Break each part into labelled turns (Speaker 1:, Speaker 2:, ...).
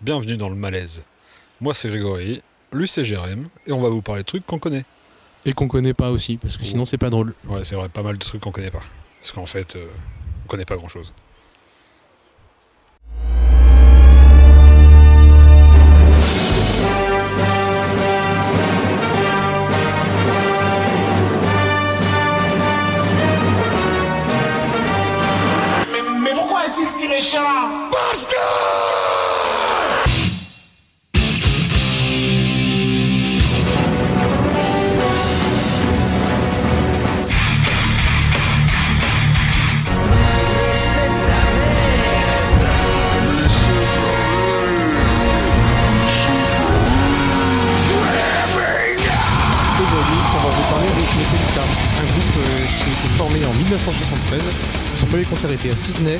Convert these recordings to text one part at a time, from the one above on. Speaker 1: bienvenue dans le malaise. Moi c'est Grégory, lui c'est Jérém, et on va vous parler de trucs qu'on connaît.
Speaker 2: Et qu'on connaît pas aussi, parce que sinon c'est pas drôle.
Speaker 1: Ouais, c'est vrai, pas mal de trucs qu'on connaît pas. Parce qu'en fait, euh, on connaît pas grand chose.
Speaker 3: Mais, mais pourquoi est-il si méchant Parce que
Speaker 4: Aujourd'hui, on va vous parler de Metallica, un groupe euh, qui a été formé en 1973. Son premier concert était à Sydney,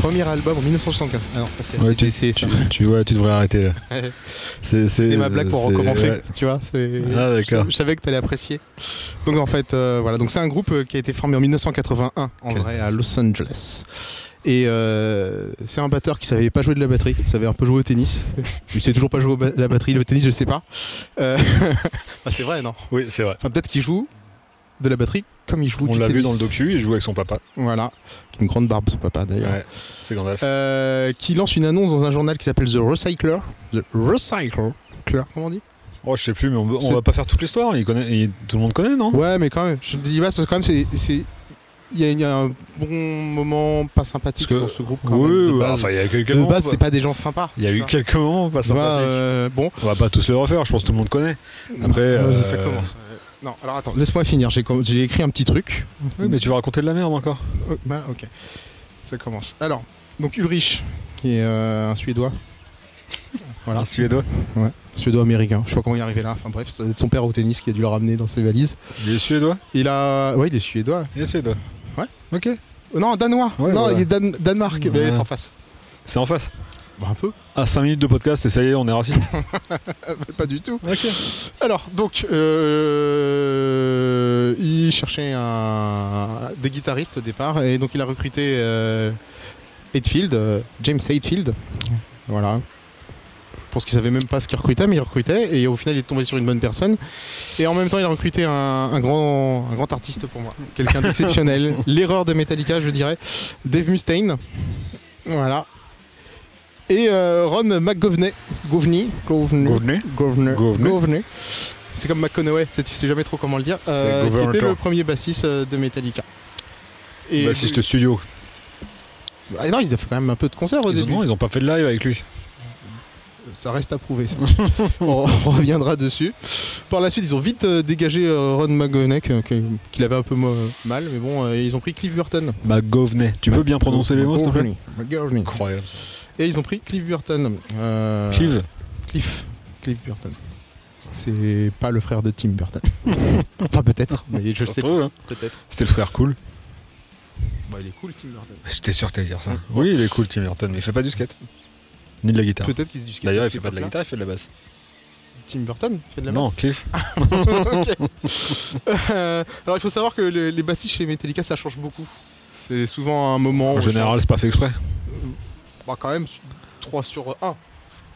Speaker 4: premier album en 1975. Alors, Ah ça, c'est
Speaker 1: Ouais, tu-
Speaker 4: c'est-
Speaker 1: Tu,
Speaker 4: ça.
Speaker 1: tu- ouais, tu devrais arrêter là.
Speaker 4: Ouais.
Speaker 1: C'est, c'est-
Speaker 4: C'était ma blague pour
Speaker 1: c'est-
Speaker 4: recommencer,
Speaker 1: ouais.
Speaker 4: tu vois. c'est-
Speaker 1: Ah, d'accord.
Speaker 4: je, je savais que t'allais apprécier. Donc en fait, euh, voilà. Donc c'est un groupe euh, qui a été formé en 1981 en
Speaker 1: Quel-
Speaker 4: vrai à Los Angeles. Et euh, c'est un batteur qui savait pas jouer de la batterie, qui savait un peu jouer au tennis. Il sait toujours pas jouer au ba- la batterie, le tennis, je sais pas. Euh, bah, c'est vrai, non
Speaker 1: Oui, c'est vrai.
Speaker 4: Enfin, peut-être qu'il joue de la batterie comme il joue
Speaker 1: On
Speaker 4: du
Speaker 1: l'a vu
Speaker 4: tennis.
Speaker 1: dans le docu, il joue avec son papa.
Speaker 4: Voilà. Qui a une grande barbe, son papa d'ailleurs.
Speaker 1: Ouais, c'est Gandalf.
Speaker 4: Euh, qui lance une annonce dans un journal qui s'appelle The Recycler. The Recycler. Claire, Comment on dit
Speaker 1: Oh, je sais plus, mais on, on
Speaker 4: c'est-
Speaker 1: va pas faire toute l'histoire. Il connaît, il- tout le monde connaît, non
Speaker 4: Ouais, mais quand même. Je dis Vas parce que quand même, c'est. c'est- Il y, a- il y a un bon moment pas sympathique
Speaker 1: Parce que-
Speaker 4: dans ce groupe. Quand
Speaker 1: Oui,
Speaker 4: même, de
Speaker 1: ouais,
Speaker 4: base,
Speaker 1: enfin, il y a quelques
Speaker 4: De
Speaker 1: moments.
Speaker 4: base,
Speaker 1: pas-
Speaker 4: c'est pas des gens sympas.
Speaker 1: Il y a
Speaker 4: tu
Speaker 1: eu
Speaker 4: vois.
Speaker 1: quelques moments pas
Speaker 4: Tu vois,
Speaker 1: sympathiques.
Speaker 4: euh, bon,
Speaker 1: On va pas tous le refaire, je pense que tout le monde connaît. Après, euh,
Speaker 4: ça commence. Euh, Non, alors attends, laisse-moi finir. J'ai com- j'ai écrit un petit truc.
Speaker 1: Oui, mais tu vas raconter de la merde encore.
Speaker 4: Oh, bah, ok. Ça commence. Alors, donc Ulrich, qui est euh, un Suédois. voilà.
Speaker 1: Un Suédois.
Speaker 4: Ouais, Suédois-américain. Je sais pas comment il est arrivé là. Enfin bref, c'est son père au tennis qui a dû le ramener dans ses valises.
Speaker 1: Il est Suédois
Speaker 4: Il a. Ouais, il est Suédois.
Speaker 1: Il est Suédois.
Speaker 4: Ouais.
Speaker 1: Ok.
Speaker 4: Oh, non, Danois.
Speaker 1: Ouais,
Speaker 4: non,
Speaker 1: voilà.
Speaker 4: il est Dan- Danemark.
Speaker 1: Ouais.
Speaker 4: Mais c'est en face.
Speaker 1: C'est en face.
Speaker 4: Bah, un peu.
Speaker 1: À 5 minutes de podcast et ça y est, on est raciste.
Speaker 4: Pas du tout.
Speaker 1: ok.
Speaker 4: Alors, donc, euh, il cherchait un, des guitaristes au départ, et donc il a recruté euh, Hetfield, euh, James Hetfield. Voilà. Je pense qu'il savait même pas ce qu'il recrutait, mais il recrutait, et au final, il est tombé sur une bonne personne. Et en même temps, il a recruté un, un grand, un grand artiste pour moi, quelqu'un d'exceptionnel. L'erreur de Metallica, je dirais, Dave Mustaine. Voilà. Et euh, Ron McGovney. Govney. Govney.
Speaker 1: Gouverneur.
Speaker 4: Governor.
Speaker 1: Governor.
Speaker 4: Governor. C'est comme McConaughey, c'est- tu sais jamais trop comment le dire. Euh,
Speaker 1: C'est Governor.
Speaker 4: qui était le premier bassiste euh, de Metallica. Et
Speaker 1: Bassiste Bah, studio.
Speaker 4: Ah non, ils ont fait quand même un peu de concert au
Speaker 1: Ils ont,
Speaker 4: début.
Speaker 1: non, ils ont pas fait de live avec lui.
Speaker 4: Ça reste à prouver. ça. on, on reviendra dessus. Par la suite, ils ont vite euh, dégagé euh, Ron McGovney, que- que- qu'il avait un peu mo- mal, mais bon, euh, ils ont pris Cliff Burton.
Speaker 1: McGovney. Bah, Tu peux bien prononcer les mots, s'il te plaît
Speaker 4: McGovney. McGovney.
Speaker 1: Incroyable.
Speaker 4: Et ils ont pris Cliff Burton. Euh,
Speaker 1: Clive
Speaker 4: Cliff. Cliff Burton. C'est pas le frère de Tim Burton. enfin, peut-être, mais je
Speaker 1: ça
Speaker 4: sais
Speaker 1: se
Speaker 4: pas.
Speaker 1: trouve, hein.
Speaker 4: Peut-être.
Speaker 1: C'était le frère cool.
Speaker 4: Bah, il est cool, Tim Burton.
Speaker 1: J'étais sûr que t'allais dire ça.
Speaker 4: Ouais.
Speaker 1: Oui, il est cool, Tim Burton, mais il fait pas du skate. Ni de la guitare.
Speaker 4: Peut-être qu'il se dit du skate
Speaker 1: D'ailleurs,
Speaker 4: à
Speaker 1: il
Speaker 4: cette
Speaker 1: fait pas de la
Speaker 4: époque-là.
Speaker 1: guitare, il fait de la basse.
Speaker 4: Tim Burton fait de la
Speaker 1: non,
Speaker 4: basse. Ah,
Speaker 1: Cliff.
Speaker 4: Ok. Euh, alors, il faut savoir que le- les bassistes chez Metallica, ça change beaucoup. C'est souvent un moment.
Speaker 1: en
Speaker 4: où-
Speaker 1: général, c'est pas fait exprès.
Speaker 4: Bah, quand même, 3 sur 1.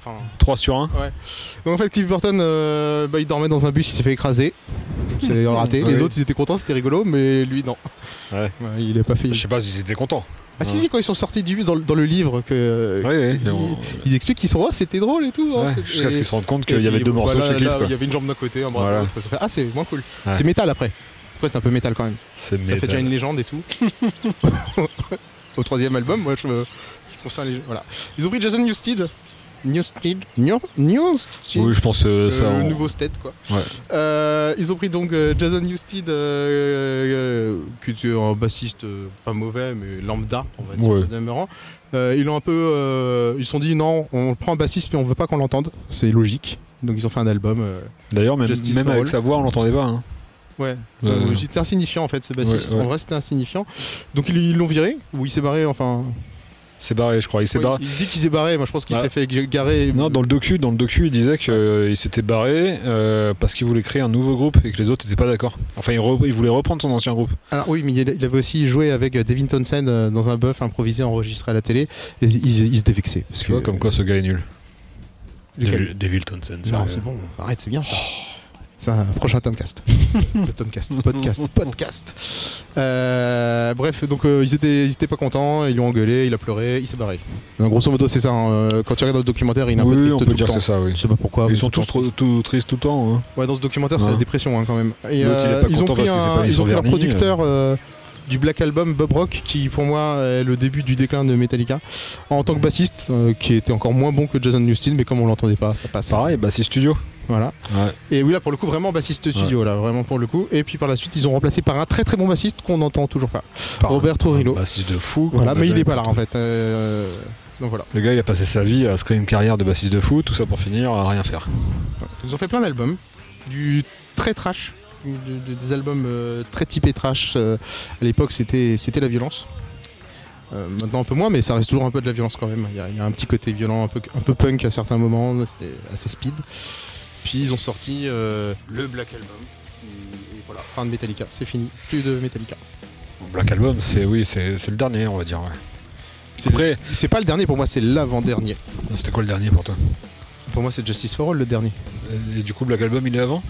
Speaker 4: Enfin,
Speaker 1: 3 sur 1.
Speaker 4: Donc en fait, Cliff Burton, euh, bah, il dormait dans un bus, il s'est fait écraser. C'est raté. Les
Speaker 1: Oui.
Speaker 4: autres, ils étaient contents, c'était rigolo, mais lui, non.
Speaker 1: Ouais.
Speaker 4: il est pas fait.
Speaker 1: Je sais pas s'ils étaient contents.
Speaker 4: Ah si, si, quand ils sont sortis du bus dans, le- dans le livre, que,
Speaker 1: Oui, oui. mais
Speaker 4: ils,
Speaker 1: bon,
Speaker 4: ils expliquent qu'ils sont, oh, c'était drôle et tout. hein,
Speaker 1: ouais,
Speaker 4: c'est-
Speaker 1: Jusqu'à
Speaker 4: et-
Speaker 1: ce qu'ils se rendent compte
Speaker 4: et
Speaker 1: qu'il y avait
Speaker 4: puis,
Speaker 1: deux morceaux
Speaker 4: voilà,
Speaker 1: chez Cliff.
Speaker 4: là,
Speaker 1: quoi.
Speaker 4: Il y avait une jambe d'un côté, un bras de
Speaker 1: Voilà.
Speaker 4: l'autre. Ah, c'est moins cool.
Speaker 1: Ouais.
Speaker 4: C'est métal après. Après, c'est un peu métal quand même.
Speaker 1: C'est
Speaker 4: Ça fait
Speaker 1: métal.
Speaker 4: déjà une légende et tout. Au troisième album, moi, je, me- je trouve ça légende. Voilà. Ils ont pris Jason Newsted. Newsted New- Newsted
Speaker 1: Oui, je pense que
Speaker 4: euh,
Speaker 1: ça.
Speaker 4: le
Speaker 1: on-
Speaker 4: nouveau Stead quoi.
Speaker 1: Ouais.
Speaker 4: Euh, ils ont pris donc euh, Jason Newsted, euh, euh, qui était un bassiste euh, pas mauvais mais lambda on va dire
Speaker 1: Ouais.
Speaker 4: au demeurant. Euh, ils ont un peu, euh, ils se sont dit non, on prend un bassiste mais on veut pas qu'on l'entende, c'est logique. Donc ils ont fait un album. euh,
Speaker 1: D'ailleurs, même,
Speaker 4: Justice
Speaker 1: même
Speaker 4: for
Speaker 1: avec
Speaker 4: All.
Speaker 1: sa voix, on l'entendait pas. hein.
Speaker 4: Ouais,
Speaker 1: Ouais,
Speaker 4: Euh,
Speaker 1: ouais.
Speaker 4: c'était insignifiant en fait ce bassiste.
Speaker 1: Ouais, ouais.
Speaker 4: En vrai, c'était insignifiant. Donc ils ils l'ont viré ou il s'est barré. Enfin,
Speaker 1: C'est barré, je crois. Il s'est
Speaker 4: ouais,
Speaker 1: barré.
Speaker 4: il dit qu'il s'est barré. Moi, je pense qu'il
Speaker 1: Bah,
Speaker 4: s'est fait garer.
Speaker 1: Non, dans le docu, dans le docu, il disait qu'il s'était barré euh, parce qu'il voulait créer un nouveau groupe et que les autres n'étaient pas d'accord. Enfin, il, re- il voulait reprendre son ancien groupe.
Speaker 4: Alors Ah, oui, mais il il avait aussi joué avec euh, Devin Townsend euh, dans un bœuf improvisé enregistré à la télé. Et ils, ils étaient vexés. Parce
Speaker 1: Tu vois,
Speaker 4: que-
Speaker 1: comme quoi ce gars est nul.
Speaker 4: Lequel
Speaker 1: Devil, Devil Townsend. euh.
Speaker 4: Non,
Speaker 1: sérieux.
Speaker 4: c'est bon, arrête, c'est bien ça. C'est un prochain Tomcast. Le Tomcast, podcast, podcast. Euh, bref, donc euh, ils, étaient, ils étaient pas contents, ils l'ont engueulé, il a pleuré, il s'est barré. Donc, grosso modo, c'est ça. hein, euh, Quand tu regardes le documentaire, il est un peu
Speaker 1: Oui,
Speaker 4: triste
Speaker 1: on
Speaker 4: tout
Speaker 1: peut dire
Speaker 4: le
Speaker 1: que
Speaker 4: temps.
Speaker 1: c'est ça, oui.
Speaker 4: Je sais pas pourquoi. mais
Speaker 1: Ils sont
Speaker 4: tout
Speaker 1: tous
Speaker 4: le temps.
Speaker 1: trop- tout tristes tout le temps. hein.
Speaker 4: Ouais, dans ce documentaire, c'est
Speaker 1: Ouais.
Speaker 4: la dépression hein, quand même. Et,
Speaker 1: L'autre, il est
Speaker 4: euh,
Speaker 1: pas
Speaker 4: ils ont
Speaker 1: content
Speaker 4: pris
Speaker 1: parce qu'il s'est
Speaker 4: un-
Speaker 1: pas mis
Speaker 4: ils
Speaker 1: son
Speaker 4: ont pris leur
Speaker 1: vernis,
Speaker 4: producteur euh, du Black Album, Bob Rock, qui pour moi est le début du déclin de Metallica, en tant que bassiste, euh, qui était encore moins bon que Jason Newsted, mais comme on l'entendait pas, ça passe.
Speaker 1: Pareil, bah c'est studio.
Speaker 4: Voilà.
Speaker 1: Ouais.
Speaker 4: Et oui, là pour le coup, vraiment bassiste studio, là, vraiment pour le coup. Et puis par la suite, ils ont remplacé par un très très bon bassiste qu'on n'entend toujours pas.
Speaker 1: Par-
Speaker 4: Roberto Rillo.
Speaker 1: Bah, c'est de fou. quoi.
Speaker 4: Voilà,
Speaker 1: Le
Speaker 4: mais il
Speaker 1: gars,
Speaker 4: est pas là en fait. Euh, Donc voilà.
Speaker 1: Le gars, il a passé sa vie à se créer une carrière de bassiste de fou, tout ça pour finir à rien faire.
Speaker 4: Ils ont fait plein d'albums, du très trash, du- du- des albums euh, très typés trash. euh, à l'époque, c'était c'était la violence. Euh, maintenant un peu moins, mais ça reste toujours un peu de la violence quand même. Il y a, il y a un petit côté violent, un peu, un peu punk à certains moments, c'était assez speed. Puis ils ont sorti euh, le Black Album. Et voilà, fin de Metallica, c'est fini, plus de Metallica.
Speaker 1: Black Album, c'est oui, c'est c'est le dernier, on va dire. ouais.
Speaker 4: C'est
Speaker 1: Après,
Speaker 4: C'est pas le dernier pour moi, c'est l'avant-dernier.
Speaker 1: c'était quoi le dernier pour toi
Speaker 4: Pour moi, c'est Justice for All le dernier.
Speaker 1: Et du coup, Black Album, il est avant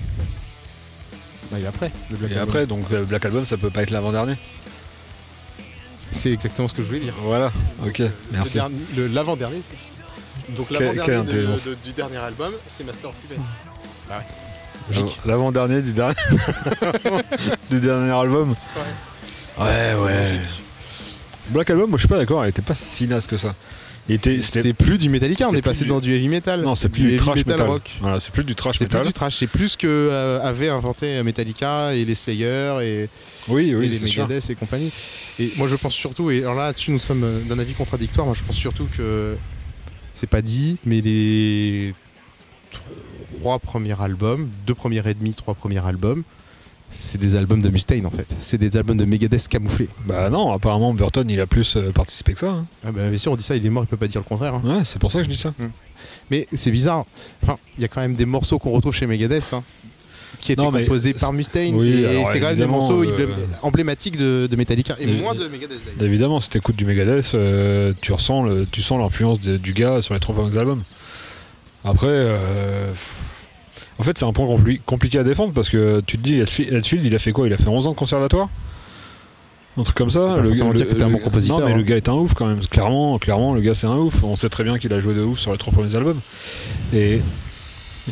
Speaker 4: Bah, il est après. Le Black
Speaker 1: Et
Speaker 4: Album.
Speaker 1: après, donc euh, Black Album, ça peut pas être l'avant-dernier.
Speaker 4: C'est exactement ce que je voulais dire.
Speaker 1: Voilà, ok,
Speaker 4: Le
Speaker 1: merci.
Speaker 4: dernier- le- L'avant-dernier, c'est. Donc
Speaker 1: Quelle-
Speaker 4: l'avant-dernier
Speaker 1: quelle
Speaker 4: de-
Speaker 1: intelligence.
Speaker 4: de- du dernier album, c'est Master of Puppets. logique.
Speaker 1: L'avant-dernier du dernier. du dernier album Ouais,
Speaker 4: C'est
Speaker 1: ouais.
Speaker 4: logique.
Speaker 1: Black Album, moi je suis pas d'accord, il était pas si naze que ça. Il était. c'était-
Speaker 4: C'est plus du Metallica, on
Speaker 1: c'est
Speaker 4: est
Speaker 1: plus
Speaker 4: passé
Speaker 1: du-
Speaker 4: dans du heavy metal.
Speaker 1: Non, c'est plus du,
Speaker 4: heavy
Speaker 1: trash
Speaker 4: metal,
Speaker 1: metal.
Speaker 4: rock.
Speaker 1: Voilà, c'est plus du trash
Speaker 4: C'est plus
Speaker 1: metal.
Speaker 4: du trash, c'est plus que euh, avait inventé Metallica et les Slayer et,
Speaker 1: Oui,
Speaker 4: et
Speaker 1: oui,
Speaker 4: les
Speaker 1: c'est sûr.
Speaker 4: Megadeth et compagnie. Et moi je pense surtout, et alors là dessus nous sommes euh, d'un avis contradictoire, moi je pense surtout que c'est pas dit, mais les trois premiers albums, deux premiers et demi, trois premiers albums, c'est des albums de Mustaine en fait. C'est des albums de Megadeth camouflés.
Speaker 1: Bah non, apparemment Burton il a plus euh, participé que ça. hein.
Speaker 4: Ah bah, bien sûr, on dit ça, il est mort, il peut pas dire le contraire. hein.
Speaker 1: Ouais, c'est pour ça que je dis ça.
Speaker 4: Mais c'est bizarre. Enfin, il y a quand même des morceaux qu'on retrouve chez Megadeth, hein, qui étaient
Speaker 1: Non, mais-
Speaker 4: composés par Mustaine.
Speaker 1: Oui,
Speaker 4: et
Speaker 1: alors,
Speaker 4: c'est quand même des
Speaker 1: évidemment,
Speaker 4: morceaux
Speaker 1: euh,
Speaker 4: emblé- emblématiques de, de Metallica. Et
Speaker 1: Mais-
Speaker 4: moins de Megadeth d'ailleurs.
Speaker 1: Bah, Évidemment, si t'écoutes du Megadeth, euh, tu ressens le- tu sens l'influence de- du gars sur les trois premiers albums. Après, euh, en fait, c'est un point compli- compliqué à défendre parce que tu te dis, Hetfi- Hetfield, il a fait quoi Il a fait 11 ans de conservatoire un truc comme ça.
Speaker 4: pas forcément dire que t'es un bon
Speaker 1: le-
Speaker 4: compositeur,
Speaker 1: Non, mais
Speaker 4: hein.
Speaker 1: le gars est un ouf quand même. Clairement, clairement, le gars c'est un ouf. On sait très bien qu'il a joué de ouf sur les trois premiers albums. Et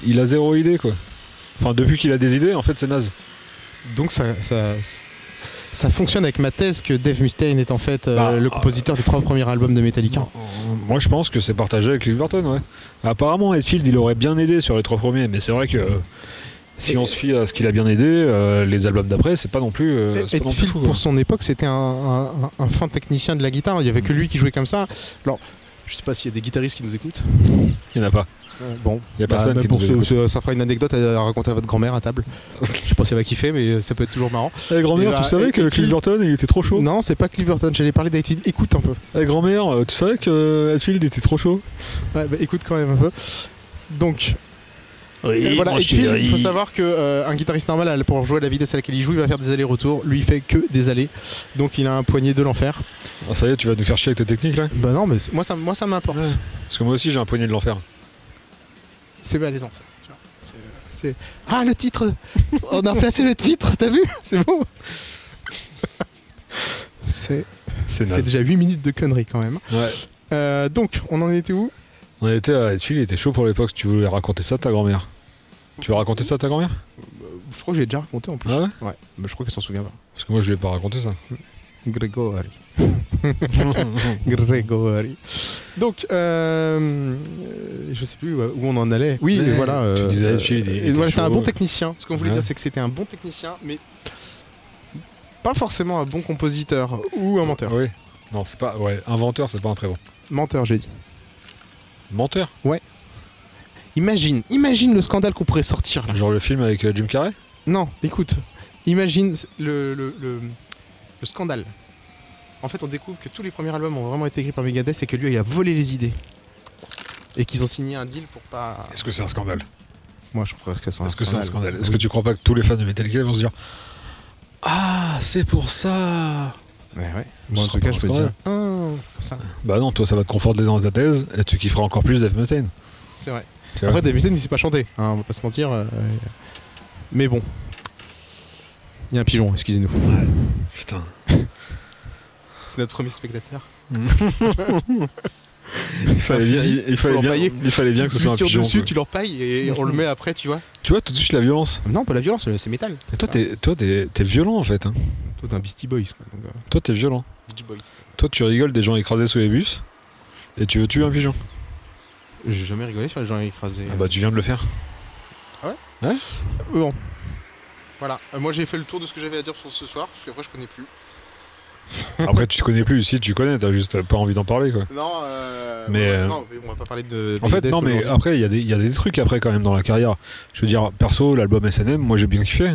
Speaker 1: il a zéro idée quoi. Enfin, depuis qu'il a des idées, en fait, c'est naze.
Speaker 4: Donc ça, ça, ça fonctionne avec ma thèse que Dave Mustaine est en fait euh,
Speaker 1: Bah,
Speaker 4: le compositeur des trois premiers albums de Metallica.
Speaker 1: Moi, je pense que c'est partagé avec Cliff Burton, ouais. Apparemment, Hetfield, il aurait bien aidé sur les trois premiers, mais c'est vrai que euh, si
Speaker 4: Et-
Speaker 1: on se fie à ce qu'il a bien aidé, euh, les albums d'après, c'est pas non plus. euh, c'est pas non plus
Speaker 4: Hetfield,
Speaker 1: fou, quoi.
Speaker 4: pour son époque, c'était un, un, un- un fin technicien de la guitare. Il n'y avait que lui qui jouait comme ça. Alors, je sais pas s'il y a des guitaristes qui nous écoutent. Euh,
Speaker 1: Il n'y en a pas.
Speaker 4: Bon,
Speaker 1: Il y a personne qui
Speaker 4: Bah, pour
Speaker 1: nous
Speaker 4: ce-
Speaker 1: écoute.
Speaker 4: ce- ça fera une anecdote à raconter à votre grand-mère à table. Je sais pas si elle va kiffer, mais euh, ça peut être toujours marrant.
Speaker 1: Eh, grand-mère,
Speaker 4: Et bah,
Speaker 1: tu savais que
Speaker 4: Hetfield-
Speaker 1: Cliff Burton, il était trop chaud
Speaker 4: Non, c'est pas Cliff Burton, j'allais parler d'Haiti. Écoute un peu.
Speaker 1: Eh, grand-mère, euh, tu savais que euh, Hetfield était trop chaud
Speaker 4: Ouais, bah, écoute quand même un peu. Donc,
Speaker 1: Oui,
Speaker 4: euh, voilà, Hetfield, il faut savoir que euh, un guitariste normal, à- pour jouer à la vitesse à laquelle il joue, il va faire des allers-retours. Lui, il fait que des allers. Donc, il a un poignet de l'enfer.
Speaker 1: Ah, ça y est, tu vas nous faire chier avec tes techniques là
Speaker 4: Bah non, mais c'est- moi, ça, moi, ça m'importe.
Speaker 1: Ouais. Parce que moi aussi, j'ai un poignet de l'enfer.
Speaker 4: C'est malaisant, ça. tu vois. C'est- c'est- Ah, le titre On a placé le titre, t'as vu C'est bon C'est
Speaker 1: C'est
Speaker 4: ça fait
Speaker 1: naze.
Speaker 4: déjà 8 minutes de conneries quand même.
Speaker 1: Ouais.
Speaker 4: Euh, donc, on en était où
Speaker 1: On était à Hetfield, il était chaud pour l'époque. Si tu voulais raconter ça à ta grand-mère. Tu veux raconter ça à ta grand-mère
Speaker 4: Je crois que j'ai déjà raconté en plus.
Speaker 1: Ah ouais
Speaker 4: Mais je crois qu'elle s'en souvient pas.
Speaker 1: Parce que moi, je lui ai pas raconté ça.
Speaker 4: Grégory. Grégory. Donc, euh, euh, je sais plus où où on en allait. Oui,
Speaker 1: Ouais,
Speaker 4: voilà.
Speaker 1: tu disais,
Speaker 4: euh,
Speaker 1: tu dis, il
Speaker 4: et
Speaker 1: était
Speaker 4: voilà, c'est un
Speaker 1: chaud.
Speaker 4: bon technicien. Ce qu'on voulait
Speaker 1: Ouais.
Speaker 4: dire, c'est que c'était un bon technicien, mais pas forcément un bon compositeur ou un menteur.
Speaker 1: Oui. Non, c'est pas. Ouais, inventeur, c'est pas un très bon.
Speaker 4: Menteur, j'ai dit.
Speaker 1: Menteur
Speaker 4: Imagine, imagine le scandale qu'on pourrait sortir là.
Speaker 1: Genre le film avec euh, Jim Carrey
Speaker 4: Non, écoute, imagine le, le, le- le scandale. En fait, on découvre que tous les premiers albums ont vraiment été écrits par Megadeth et que lui, il a volé les idées. Et qu'ils ont signé un deal pour pas.
Speaker 1: Est-ce que c'est un scandale
Speaker 4: Moi, je crois que c'est un
Speaker 1: Est-ce que c'est un scandale Est-ce que tu crois pas que tous les fans de Metallica vont se dire Ah, c'est pour ça
Speaker 4: Ouais, ouais.
Speaker 1: Ce
Speaker 4: Moi, en
Speaker 1: sera
Speaker 4: tout
Speaker 1: pas
Speaker 4: cas,
Speaker 1: un
Speaker 4: je peux
Speaker 1: scandale.
Speaker 4: dire. Ah, comme ça.
Speaker 1: Bah non, toi ça va te conforter dans ta thèse et tu kifferas encore plus Dave Mustaine.
Speaker 4: C'est vrai.
Speaker 1: C'est vrai.
Speaker 4: Après, Davis ne sait pas chanter, hein, on va pas se mentir. euh, mais bon. Il y a un pigeon, excusez-nous.
Speaker 1: Putain.
Speaker 4: C'est notre premier spectateur.
Speaker 1: Il fallait bien, il, il fallait
Speaker 4: Faut
Speaker 1: bien,
Speaker 4: l'empailler.
Speaker 1: il fallait bien que ce
Speaker 4: tu
Speaker 1: soit un
Speaker 4: lui tires
Speaker 1: pigeon.
Speaker 4: dessus,
Speaker 1: quoi.
Speaker 4: tu l'orpailles et on le met après, tu vois.
Speaker 1: Tu vois, tout de suite la violence.
Speaker 4: Non, pas la violence, c'est métal.
Speaker 1: Et toi, t'es, toi, t'es, t'es violent en fait. hein.
Speaker 4: Toi, t'es un Beastie Boys. Quoi, donc, euh,
Speaker 1: Toi, t'es violent.
Speaker 4: Beastie Boys.
Speaker 1: Toi, tu rigoles des gens écrasés sous les bus. Et tu veux tuer un pigeon.
Speaker 4: J'ai jamais rigolé sur les gens écrasés. Euh,
Speaker 1: Ah bah, tu viens de le faire.
Speaker 4: Bon. Voilà. Euh, moi, j'ai fait le tour de ce que j'avais à dire sur ce soir, parce qu'après, je connais plus.
Speaker 1: Après, tu te connais plus. Si tu connais, t'as juste pas envie d'en parler quoi.
Speaker 4: Non, euh,
Speaker 1: Mais,
Speaker 4: ouais,
Speaker 1: euh,
Speaker 4: non, mais on va pas parler de.
Speaker 1: En fait,
Speaker 4: des
Speaker 1: non,
Speaker 4: deaths
Speaker 1: mais
Speaker 4: aujourd'hui.
Speaker 1: après, il y, a des- il y a des trucs après quand même dans la carrière. Je veux dire, perso, l'album SNM, moi j'ai bien kiffé.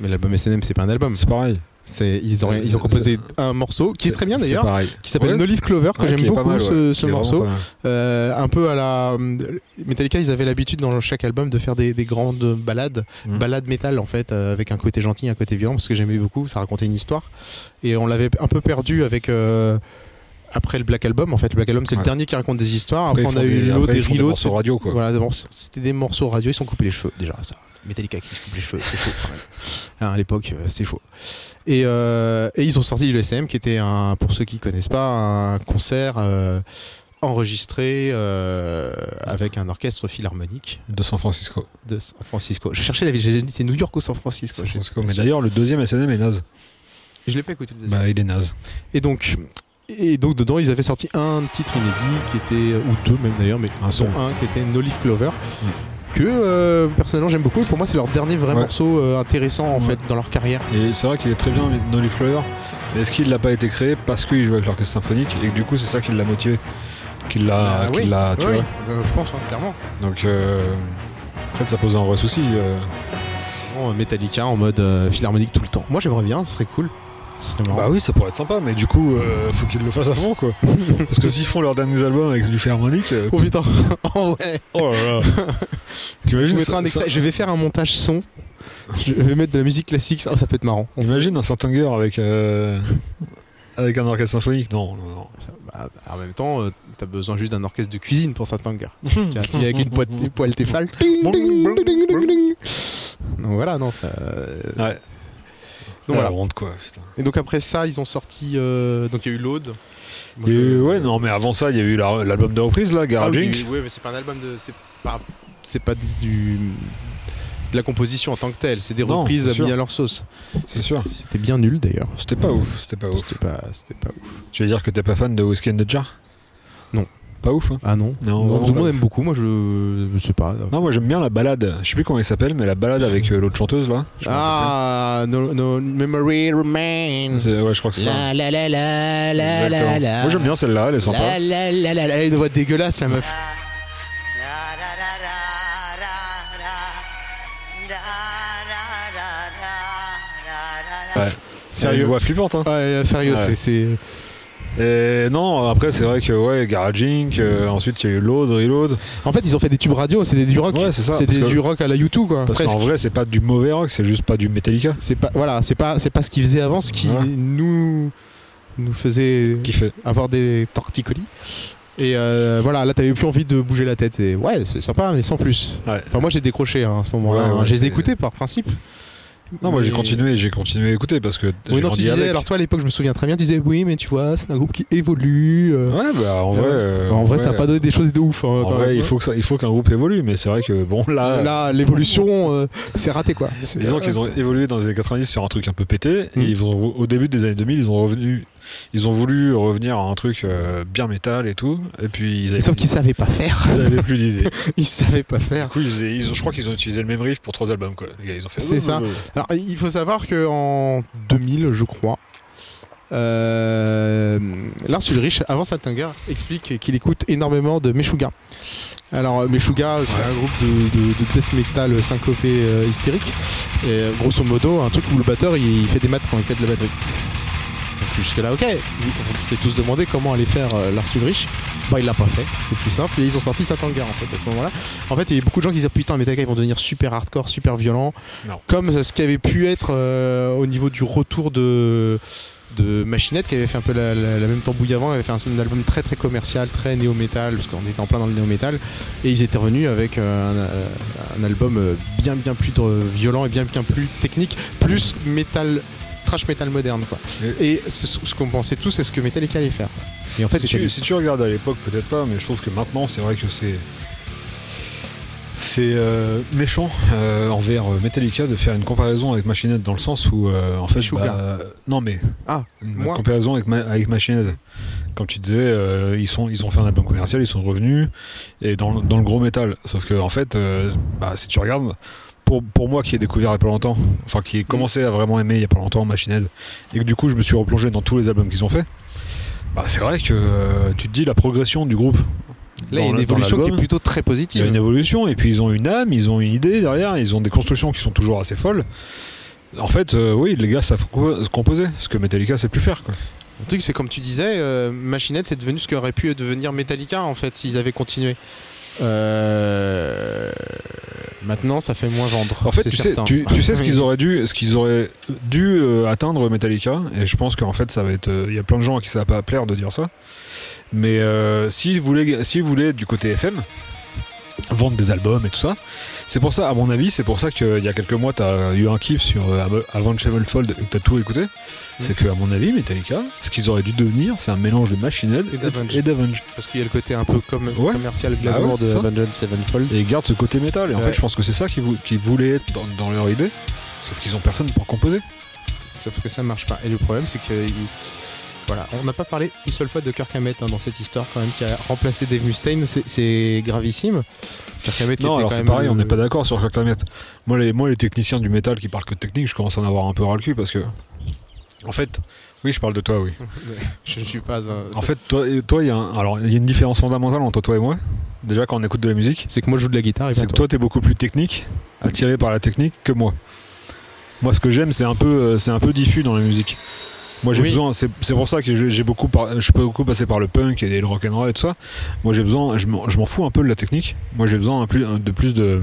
Speaker 4: Mais l'album SNM, c'est pas un album.
Speaker 1: C'est pareil.
Speaker 4: C'est ils ont ils ont
Speaker 1: Euh,
Speaker 4: composé un morceau qui est très bien
Speaker 1: C'est
Speaker 4: d'ailleurs,
Speaker 1: pareil.
Speaker 4: qui s'appelle
Speaker 1: Ouais.
Speaker 4: No Leaf Clover que
Speaker 1: Ouais,
Speaker 4: j'aime
Speaker 1: qui est pas
Speaker 4: beaucoup
Speaker 1: mal,
Speaker 4: ce,
Speaker 1: ouais.
Speaker 4: ce
Speaker 1: Il est vraiment
Speaker 4: morceau.
Speaker 1: pas mal.
Speaker 4: Euh, un peu à la Metallica, ils avaient l'habitude dans chaque album de faire des, des grandes balades,
Speaker 1: Mhm.
Speaker 4: balades métal en fait, euh, avec un côté gentil, un côté violent, parce que j'aimais beaucoup, ça racontait une histoire. Et on l'avait un peu perdu avec euh, après le Black Album. En fait, le Black Album c'est le
Speaker 1: Ouais.
Speaker 4: dernier qui raconte des histoires. Après,
Speaker 1: ils
Speaker 4: on a
Speaker 1: font
Speaker 4: eu
Speaker 1: des-
Speaker 4: l'eau
Speaker 1: après,
Speaker 4: des
Speaker 1: ils font
Speaker 4: reloads.
Speaker 1: morceaux radio quoi.
Speaker 4: Voilà, d'abord c'était des morceaux radio, ils sont coupés les cheveux déjà. Ça. Metallica qui se coupe les cheveux, c'est chaud quand même. Hein, à l'époque, euh, c'est chaud. Et, euh, et ils ont sorti du SM qui était un, pour ceux qui connaissent pas, un concert euh, enregistré euh, avec un orchestre philharmonique
Speaker 1: De San Francisco.
Speaker 4: de San Francisco. Je cherchais la ville, j'ai dit c'est New York ou San Francisco.
Speaker 1: San
Speaker 4: Je-
Speaker 1: Francisco. Mais d'ailleurs, le deuxième SNM est naze.
Speaker 4: je l'ai pas écouté. le deuxième.
Speaker 1: Bah, il est naze.
Speaker 4: Et donc. Et donc dedans ils avaient sorti un titre inédit qui était ou deux même d'ailleurs mais
Speaker 1: Un
Speaker 4: dont
Speaker 1: seul.
Speaker 4: un qui était No Leaf Clover que euh, personnellement j'aime beaucoup et pour moi c'est leur dernier vrai
Speaker 1: Ouais.
Speaker 4: morceau euh, intéressant en
Speaker 1: Ouais.
Speaker 4: fait dans leur carrière.
Speaker 1: Et c'est vrai qu'il est très bien, No Leaf Clover. Mais est-ce qu'il n'a pas été créé parce qu'il jouait avec l'orchestre symphonique et que du coup, c'est ça qui l'a motivé Qu'il l'a.
Speaker 4: Euh,
Speaker 1: qu'il
Speaker 4: oui.
Speaker 1: l'a- Ah, tu
Speaker 4: Oui,
Speaker 1: vois.
Speaker 4: euh, je pense hein, clairement.
Speaker 1: Donc, euh, en fait, ça pose un vrai souci. euh.
Speaker 4: Bon, euh, Metallica en mode euh, philharmonique tout le temps. Moi j'aimerais bien, ce serait cool. Ce serait marrant.
Speaker 1: Bah oui, ça pourrait être sympa, mais du coup, euh, faut qu'ils le fassent à fond quoi. parce que s'ils font leurs derniers albums avec du harmonique. euh,
Speaker 4: Oh putain, oh ouais.
Speaker 1: Oh là là
Speaker 4: Je,
Speaker 1: T'imagines
Speaker 4: vous mettrai
Speaker 1: ça-
Speaker 4: un extrait.
Speaker 1: ça-
Speaker 4: je vais faire un montage son. Je vais mettre de la musique classique, ça, oh, ça peut être marrant.
Speaker 1: Imagine un Saint-Anger avec, euh, avec un orchestre symphonique Non, non, non.
Speaker 4: Bah, en même temps, euh, t'as besoin juste d'un orchestre de cuisine pour Saint-Anger. tu vois, tu viens avec une poêle, une poêle Tefal. Ding, ding, ding, ding, ding, ding. Donc voilà, non, ça. Euh, Donc
Speaker 1: Ouais, la
Speaker 4: voilà.
Speaker 1: honte, quoi. putain.
Speaker 4: Et donc après ça, ils ont sorti. euh, donc il y a eu l'Aude. Moi,
Speaker 1: Il y a eu-
Speaker 4: je-
Speaker 1: ouais, non, mais avant ça, il y a eu la- l'album de reprise, là,
Speaker 4: Ah
Speaker 1: Garage
Speaker 4: oui,
Speaker 1: Inc.
Speaker 4: oui, oui, mais c'est pas un album de. C'est pas, c'est pas du- du. De la composition en tant que telle, c'est des
Speaker 1: Non,
Speaker 4: reprises
Speaker 1: c'est sûr.
Speaker 4: mises à leur sauce.
Speaker 1: C'est sûr.
Speaker 4: C'était bien nul d'ailleurs.
Speaker 1: C'était pas ouf, c'était pas ouf.
Speaker 4: C'était pas, c'était pas ouf.
Speaker 1: Tu veux dire que t'es pas fan de Whiskey and the Jar
Speaker 4: Non.
Speaker 1: Pas ouf, hein
Speaker 4: Ah non.
Speaker 1: Non, vraiment
Speaker 4: tout le
Speaker 1: pas
Speaker 4: monde
Speaker 1: ouf.
Speaker 4: aime beaucoup. Moi, je, je sais pas.
Speaker 1: Non, moi j'aime bien la balade. Je sais plus comment il s'appelle, mais la balade avec euh, l'autre chanteuse, là. Je me rappelle
Speaker 4: Ah, no, no memory
Speaker 1: plus.
Speaker 4: remains.
Speaker 1: C'est- Ouais, je crois que c'est ça.
Speaker 4: Mm. La la la la la la
Speaker 1: Exactement.
Speaker 4: la.
Speaker 1: Moi j'aime bien celle-là, elle est sympa.
Speaker 4: La la la la la. Elle a une voix dégueulasse, la meuf.
Speaker 1: Ouais. Elle a
Speaker 4: Sérieux.
Speaker 1: Une voix flippante, hein.
Speaker 4: Ouais, euh, sérieux,
Speaker 1: Ouais.
Speaker 4: c'est- c'est.
Speaker 1: Et non, après c'est vrai que ouais, Garage Inc. euh, ensuite il y a eu Load, Reload.
Speaker 4: En fait, ils ont fait des tubes radio, c'est des du rock.
Speaker 1: Ouais, c'est ça.
Speaker 4: C'est
Speaker 1: parce
Speaker 4: des-
Speaker 1: que-
Speaker 4: du rock à la YouTube, quoi.
Speaker 1: Parce
Speaker 4: presque.
Speaker 1: qu'en vrai, c'est pas du mauvais rock, c'est juste pas du Metallica
Speaker 4: c'est pas voilà c'est pas c'est pas ce qu'ils faisaient avant ce qui
Speaker 1: Ouais.
Speaker 4: nous nous faisait
Speaker 1: qui fait.
Speaker 4: avoir des torticolis et euh, voilà là t'avais plus envie de bouger la tête et ouais c'est sympa mais sans plus
Speaker 1: Ouais.
Speaker 4: enfin moi j'ai décroché hein, à ce moment là
Speaker 1: Ouais, ouais,
Speaker 4: je les
Speaker 1: c'est-
Speaker 4: écoutais par principe
Speaker 1: Non, moi j'ai
Speaker 4: Mais-
Speaker 1: continué, j'ai continué à écouter parce que j'ai
Speaker 4: oui non tu
Speaker 1: grandi
Speaker 4: disais
Speaker 1: avec.
Speaker 4: alors toi à l'époque je me souviens très bien tu disais oui mais tu vois c'est un groupe qui évolue euh.
Speaker 1: Ouais, bah en
Speaker 4: Ouais.
Speaker 1: vrai. euh,
Speaker 4: en vrai ça a pas donné des choses de ouf hein,
Speaker 1: En
Speaker 4: quand
Speaker 1: vrai,
Speaker 4: même.
Speaker 1: il faut que ça- il faut qu'un groupe évolue, mais c'est vrai que bon là.
Speaker 4: là l'évolution euh, c'est raté quoi C'est-
Speaker 1: Disons qu'ils ont évolué dans les années 90 sur un truc un peu pété, et
Speaker 4: Mm.
Speaker 1: ils ont, au début des années 2000, ils ont, revenu, ils ont voulu revenir à un truc euh, bien métal et tout, et puis ils avaient,
Speaker 4: sauf qu'ils savaient pas faire
Speaker 1: ils avaient plus d'idées.
Speaker 4: ils savaient pas faire
Speaker 1: Du coup, ils faisaient- ils ont- je crois qu'ils ont utilisé le même riff pour trois albums, quoi. Les gars, ils ont fait.
Speaker 4: C'est ça. Alors, il faut savoir qu'en 2000, je crois, euh, Lars Ulrich, avant Saltinger, explique qu'il écoute énormément de Meshuga. Alors, euh, Meshuga, c'est un groupe de, de- de death metal syncopé euh, hystérique. Et, euh, grosso modo, un truc où le batteur, il, il fait des maths quand il fait de la batterie. Donc, Jusque-là, ok. On s'est tous demandé comment allait faire euh, Lars Ulrich. Bah, il l'a pas fait. C'était plus simple. Et ils ont sorti Satanga, en fait, à ce moment-là. En fait, il y a beaucoup de gens qui disaient Putain, Metallica, ils vont devenir super hardcore, super violents.
Speaker 1: Non.
Speaker 4: Comme euh, ce qui avait pu être euh, au niveau du retour de de Machinette qui avait fait un peu la, la- la même tambouille avant, avait fait un, un album très très commercial, très néo-metal, parce qu'on était en plein dans le néo-metal, et ils étaient revenus avec euh, un, euh, un album euh, bien bien plus euh, violent et bien bien plus technique, plus metal, trash metal moderne quoi. Et ce, ce qu'on pensait tous, c'est ce que Metallica allait faire. Et en fait,
Speaker 1: si, tu, si tu regardes à l'époque, peut-être pas, mais je trouve que maintenant, c'est vrai que c'est. C'est euh, méchant euh, envers euh, Metallica de faire une comparaison avec Machinette dans le sens où, euh, en fait,
Speaker 4: Meshuggah.
Speaker 1: bah, euh, non mais
Speaker 4: Ah,
Speaker 1: une
Speaker 4: moi.
Speaker 1: comparaison avec, Ma- avec Machinette. Comme tu disais, euh, ils, sont, ils ont fait un album commercial, ils sont revenus et dans, le- dans le gros métal. Sauf que, en fait, euh, bah, si tu regardes, pour, pour moi qui ai découvert il y a pas longtemps, enfin qui ai commencé à vraiment aimer il y a pas longtemps Machinette, et que du coup je me suis replongé dans tous les albums qu'ils ont fait, bah, c'est vrai que euh, tu te dis la progression du groupe.
Speaker 4: là, il y a
Speaker 1: dans le-
Speaker 4: une
Speaker 1: dans
Speaker 4: évolution qui est
Speaker 1: l'album,
Speaker 4: plutôt
Speaker 1: il
Speaker 4: très
Speaker 1: y a
Speaker 4: positive.
Speaker 1: une évolution et puis ils ont une âme, ils ont une idée derrière, ils ont des constructions qui sont toujours assez folles. En fait, euh, oui, les gars savent compo- se composer, ce que Metallica sait plus faire. Quoi.
Speaker 4: Le truc, c'est comme tu disais, euh, Machinette, c'est devenu ce qu'aurait pu devenir Metallica, en fait, s'ils avaient continué. Euh, Maintenant, ça fait moins vendre.
Speaker 1: En fait,
Speaker 4: c'est
Speaker 1: tu sais,
Speaker 4: certain.
Speaker 1: tu, tu sais ce qu'ils auraient dû, ce qu'ils auraient dû euh, atteindre Metallica, et je pense qu'en fait, ça va être, euh, il y a plein de gens à qui ça va pas plaire de dire ça. Mais euh, s'ils voulaient, s'ils voulaient du côté FM, vendre des albums et tout ça, c'est pour ça, à mon avis, c'est pour ça qu'il y a quelques mois, t'as eu un kiff sur euh, Ab- Avant Chevelfold et que t'as tout
Speaker 4: Mm.
Speaker 1: écouté. C'est que, à mon avis, Metallica, ce qu'ils auraient dû devenir, c'est un mélange de Machine Head
Speaker 4: Et d'Avenged.
Speaker 1: et d'Avenge.
Speaker 4: Parce qu'il y a le côté un peu comme
Speaker 1: Ouais.
Speaker 4: commercial
Speaker 1: Bah
Speaker 4: glamour
Speaker 1: ouais, c'est
Speaker 4: de
Speaker 1: ça.
Speaker 4: Avenged Sevenfold.
Speaker 1: Et ils gardent ce côté métal. Et en
Speaker 4: Ouais.
Speaker 1: fait, je pense que c'est ça qu'ils vou- qu'ils voulaient être dans, dans leur idée, sauf qu'ils ont personne pour composer.
Speaker 4: Sauf que ça marche pas. Et le problème, c'est que. il- Voilà, on n'a pas parlé une seule fois de Kirk Hammett hein, dans cette histoire, quand même, qui a remplacé Dave Mustaine. C'est- C'est gravissime. Kirk Hammett qui
Speaker 1: Non,
Speaker 4: était
Speaker 1: alors
Speaker 4: quand
Speaker 1: c'est
Speaker 4: même
Speaker 1: pareil, on
Speaker 4: le-
Speaker 1: n'est pas d'accord sur Kirk Hammett. Moi les, moi, les techniciens du métal qui parlent que de technique, je commence à en avoir un peu ras le cul parce que. En fait, oui, je parle de toi, oui.
Speaker 4: Je ne suis pas un.
Speaker 1: En fait, toi, et- toi, il y, a un- alors, il y a une différence fondamentale entre toi et moi. Déjà, quand on écoute de la musique,
Speaker 4: C'est que moi, je joue de la guitare et pas
Speaker 1: c'est que toi, t'es beaucoup plus technique, attiré par la technique que moi. Moi, ce que j'aime, c'est un peu, euh, c'est un peu diffus dans la musique. Moi, j'ai
Speaker 4: Oui.
Speaker 1: besoin. C'est c'est pour ça que j'ai j'ai beaucoup, par- je peux beaucoup passer par le punk et le rock and roll et tout ça. Moi, j'ai besoin. Je m'en je m'en fous un peu de la technique. Moi, j'ai besoin un plus, un- de plus de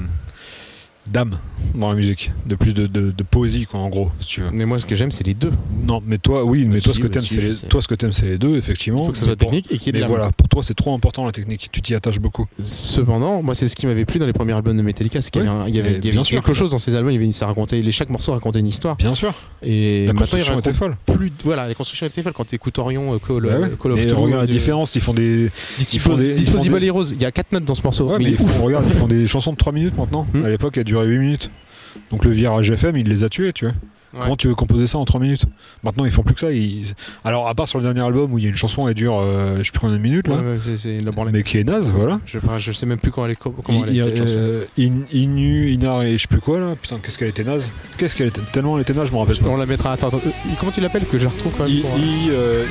Speaker 1: d'âme dans la musique, de plus de, de- de poésie, quoi, en gros, si tu veux.
Speaker 4: Mais moi, ce que j'aime, c'est les deux.
Speaker 1: Non, mais toi, oui, mais
Speaker 4: Si,
Speaker 1: toi, ce que
Speaker 4: oui,
Speaker 1: t'aimes,
Speaker 4: si,
Speaker 1: c'est
Speaker 4: je
Speaker 1: les-
Speaker 4: sais.
Speaker 1: toi, ce que t'aimes, c'est les deux, effectivement.
Speaker 4: Il faut que ça soit
Speaker 1: Mais pour-
Speaker 4: technique et qu'il y ait de
Speaker 1: Mais
Speaker 4: la
Speaker 1: voilà, pour toi, c'est trop important la technique. Tu t'y attaches beaucoup.
Speaker 4: Cependant, moi, c'est ce qui m'avait plu dans les premiers albums de Metallica, c'est qu'il y avait,
Speaker 1: Oui,
Speaker 4: un- il y
Speaker 1: mais
Speaker 4: avait- il y avait
Speaker 1: bien sûr.
Speaker 4: quelque chose dans ces albums. Il y avait une, ça racontait, les, chaque morceau racontait une histoire.
Speaker 1: Bien sûr.
Speaker 4: Et
Speaker 1: la
Speaker 4: maintenant, il
Speaker 1: construction était
Speaker 4: raconte
Speaker 1: folle.
Speaker 4: plus. de- Voilà, les constructions étaient folles. Quand t'écoutes Orion, euh, Call,
Speaker 1: Bah ouais.
Speaker 4: euh, Call of
Speaker 1: Mais
Speaker 4: Duty,
Speaker 1: regarde la
Speaker 4: euh,
Speaker 1: différence, ils font des. ils font
Speaker 4: Dispos-
Speaker 1: des- ils font
Speaker 4: Disposable
Speaker 1: des-
Speaker 4: Heroes. Il y a 4 notes dans ce morceau.
Speaker 1: Ouais, mais
Speaker 4: mais il est
Speaker 1: ils font-
Speaker 4: ouf.
Speaker 1: regarde, ils font des chansons de 3 minutes maintenant.
Speaker 4: Hmm.
Speaker 1: À l'époque, elle durait 8 minutes. Donc le virage FM, il les a tués, tu vois.
Speaker 4: Ouais.
Speaker 1: Comment tu veux composer ça en 3 minutes Maintenant, ils font plus que ça. ils- Alors, à part sur le dernier album où il y a une chanson, elle dure, euh, je sais plus combien de minutes, là,
Speaker 4: Ouais, ouais, c'est- c'est la branlette.
Speaker 1: mais qui est naze, voilà.
Speaker 4: Je, je sais même plus quand elle est, comment elle
Speaker 1: Il- il-
Speaker 4: est cette chanson.
Speaker 1: euh, In- Inu, Inar et je sais plus quoi, là. Putain, qu'est-ce qu'elle était naze Qu'est-ce qu'elle était. Tellement elle était naze, je m'en rappelle pas.
Speaker 4: On la mettra. Attends, attends. euh, comment tu l'appelles que je la retrouve quand même
Speaker 1: I,
Speaker 4: pour-
Speaker 1: I, euh,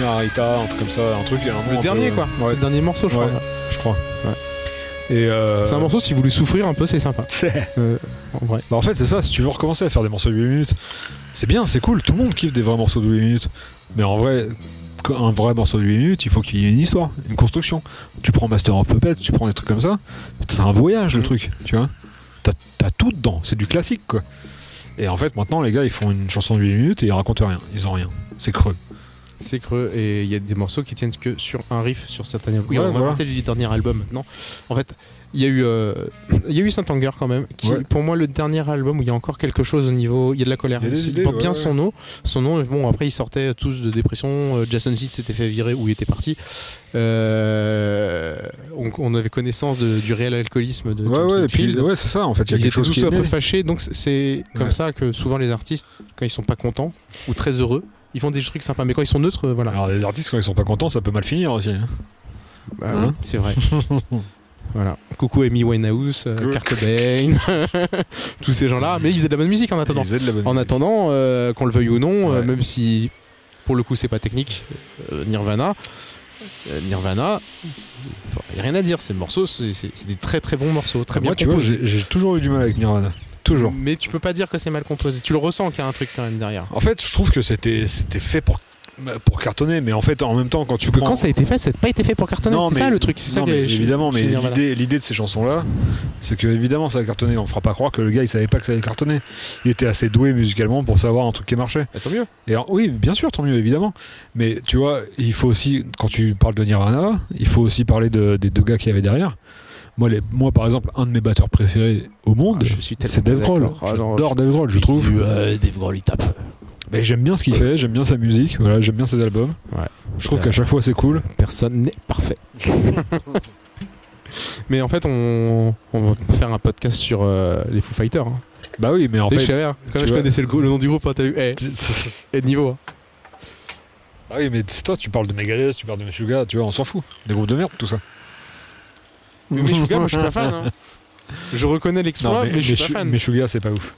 Speaker 1: Inarita, un truc comme ça, un truc. un nom un
Speaker 4: Le
Speaker 1: peu-
Speaker 4: dernier quoi.
Speaker 1: Ouais,
Speaker 4: Le dernier morceau, je
Speaker 1: Ouais.
Speaker 4: crois.
Speaker 1: je crois. Et euh,
Speaker 4: C'est un morceau. Si vous voulez souffrir un peu, c'est sympa. Euh, en vrai.
Speaker 1: Bah en fait, c'est ça, si tu veux recommencer à faire des morceaux de 8 minutes, c'est bien, c'est cool, tout le monde kiffe des vrais morceaux de 8 minutes. Mais en vrai, qu- un vrai morceau de 8 minutes, il faut qu'il y ait une histoire, une construction. Tu prends Master of Puppets, tu prends des trucs comme ça, c'est un voyage le
Speaker 4: Mhm.
Speaker 1: truc, tu vois. T'as t'as tout dedans, c'est du classique quoi. Et en fait, maintenant, les gars, ils font une chanson de 8 minutes et ils racontent rien, ils ont rien. C'est creux.
Speaker 4: C'est creux et il y a des morceaux qui tiennent que sur un riff sur certains albums. Oui,
Speaker 1: Ouais,
Speaker 4: on va
Speaker 1: voilà.
Speaker 4: parler du dernier album maintenant. En fait, il y a eu, euh, il y a eu Saint Anger quand même, qui
Speaker 1: Ouais.
Speaker 4: est pour moi le dernier album où il y a encore quelque chose au niveau, il y a de la colère.
Speaker 1: Il y a des idées,
Speaker 4: porte
Speaker 1: ouais,
Speaker 4: bien
Speaker 1: ouais.
Speaker 4: son nom, son nom. et Bon après ils sortaient tous de dépression. euh, Jason Seed s'était fait virer ou il était parti. Euh, on, on avait connaissance de- du réel alcoolisme de
Speaker 1: Ouais,
Speaker 4: James
Speaker 1: ouais, et puis,
Speaker 4: Hetfield.
Speaker 1: ouais, c'est ça, en fait, il y a
Speaker 4: Ils
Speaker 1: quelque
Speaker 4: étaient
Speaker 1: chose
Speaker 4: tous
Speaker 1: qui est
Speaker 4: un peu
Speaker 1: né.
Speaker 4: fâchés, donc c'est- c'est comme
Speaker 1: Ouais.
Speaker 4: ça que souvent les artistes, quand ils sont pas contents ou très heureux, ils font des trucs sympas. Mais quand ils sont neutres, euh, voilà.
Speaker 1: Alors, les artistes, quand ils sont pas contents, ça peut mal finir aussi. hein.
Speaker 4: Bah
Speaker 1: Hein
Speaker 4: oui, c'est vrai. voilà. Coucou Amy Winehouse, euh,
Speaker 1: Cool.
Speaker 4: Kurt Cobain, tous ces gens-là. Mais ils faisaient de la bonne musique en attendant.
Speaker 1: Ils faisaient de la bonne
Speaker 4: En
Speaker 1: musique.
Speaker 4: attendant, euh, qu'on le veuille ou non, euh,
Speaker 1: Ouais.
Speaker 4: même si pour le coup c'est pas technique, euh, Nirvana, euh, Nirvana, il n'y a rien à dire. Ces morceaux, c'est c'est- c'est des très très bons morceaux, très bien
Speaker 1: Bah, Moi, tu vois,
Speaker 4: composés.
Speaker 1: j'ai j'ai toujours eu du mal avec Nirvana. Toujours.
Speaker 4: Mais tu peux pas dire que c'est mal composé. Tu le ressens qu'il y a un truc quand même derrière.
Speaker 1: En fait, je trouve que c'était c'était fait pour pour cartonner, mais en fait, en même temps, quand tu
Speaker 4: Que
Speaker 1: prends.
Speaker 4: quand ça a été fait, ça n'a pas été fait pour cartonner.
Speaker 1: Non,
Speaker 4: C'est
Speaker 1: mais-
Speaker 4: ça le truc. C'est ça
Speaker 1: non,
Speaker 4: que
Speaker 1: mais
Speaker 4: je-
Speaker 1: évidemment,
Speaker 4: je
Speaker 1: mais
Speaker 4: veux dire,
Speaker 1: l'idée
Speaker 4: voilà.
Speaker 1: l'idée de ces chansons-là, c'est que évidemment ça a cartonné. On fera pas croire que le gars il savait pas que ça allait cartonner. Il était assez doué musicalement pour savoir un truc qui marchait.
Speaker 4: Bah, tant mieux.
Speaker 1: Et alors, oui, bien sûr, tant mieux, évidemment. Mais tu vois, il faut aussi, quand tu parles de Nirvana, il faut aussi parler de- des deux gars qu'il y avait derrière. Moi, les, moi, par exemple, un de mes batteurs préférés au monde,
Speaker 4: Ah, je suis tellement
Speaker 1: c'est Dave
Speaker 4: pas
Speaker 1: Grohl.
Speaker 4: d'accord. Ah, non,
Speaker 1: J'adore Dave Grohl, je trouve.
Speaker 4: Dave Grohl, il tape.
Speaker 1: Mais j'aime bien ce qu'il fait, j'aime bien sa musique, voilà, j'aime bien ses albums.
Speaker 4: Ouais.
Speaker 1: Je trouve
Speaker 4: Ouais.
Speaker 1: qu'à chaque fois c'est cool.
Speaker 4: Personne n'est parfait. mais en fait, on, on va faire un podcast sur euh, les Foo Fighters. hein.
Speaker 1: Bah oui, mais en
Speaker 4: Et je
Speaker 1: fait.
Speaker 4: savais, hein. Quand même, je
Speaker 1: vois-
Speaker 4: connaissais le, groupe- le nom du groupe, hein, t'as vu. Eh, eh, de niveau. hein.
Speaker 1: Ah oui, mais c'est toi, tu parles de Megadeth, tu parles de Meshuga, tu vois, on s'en fout. Des groupes de merde, tout ça.
Speaker 4: Mais Meshuga, moi, je suis pas fan. hein. Je reconnais l'exploit, mais, je suis pas fan.
Speaker 1: Meshuga, c'est pas ouf.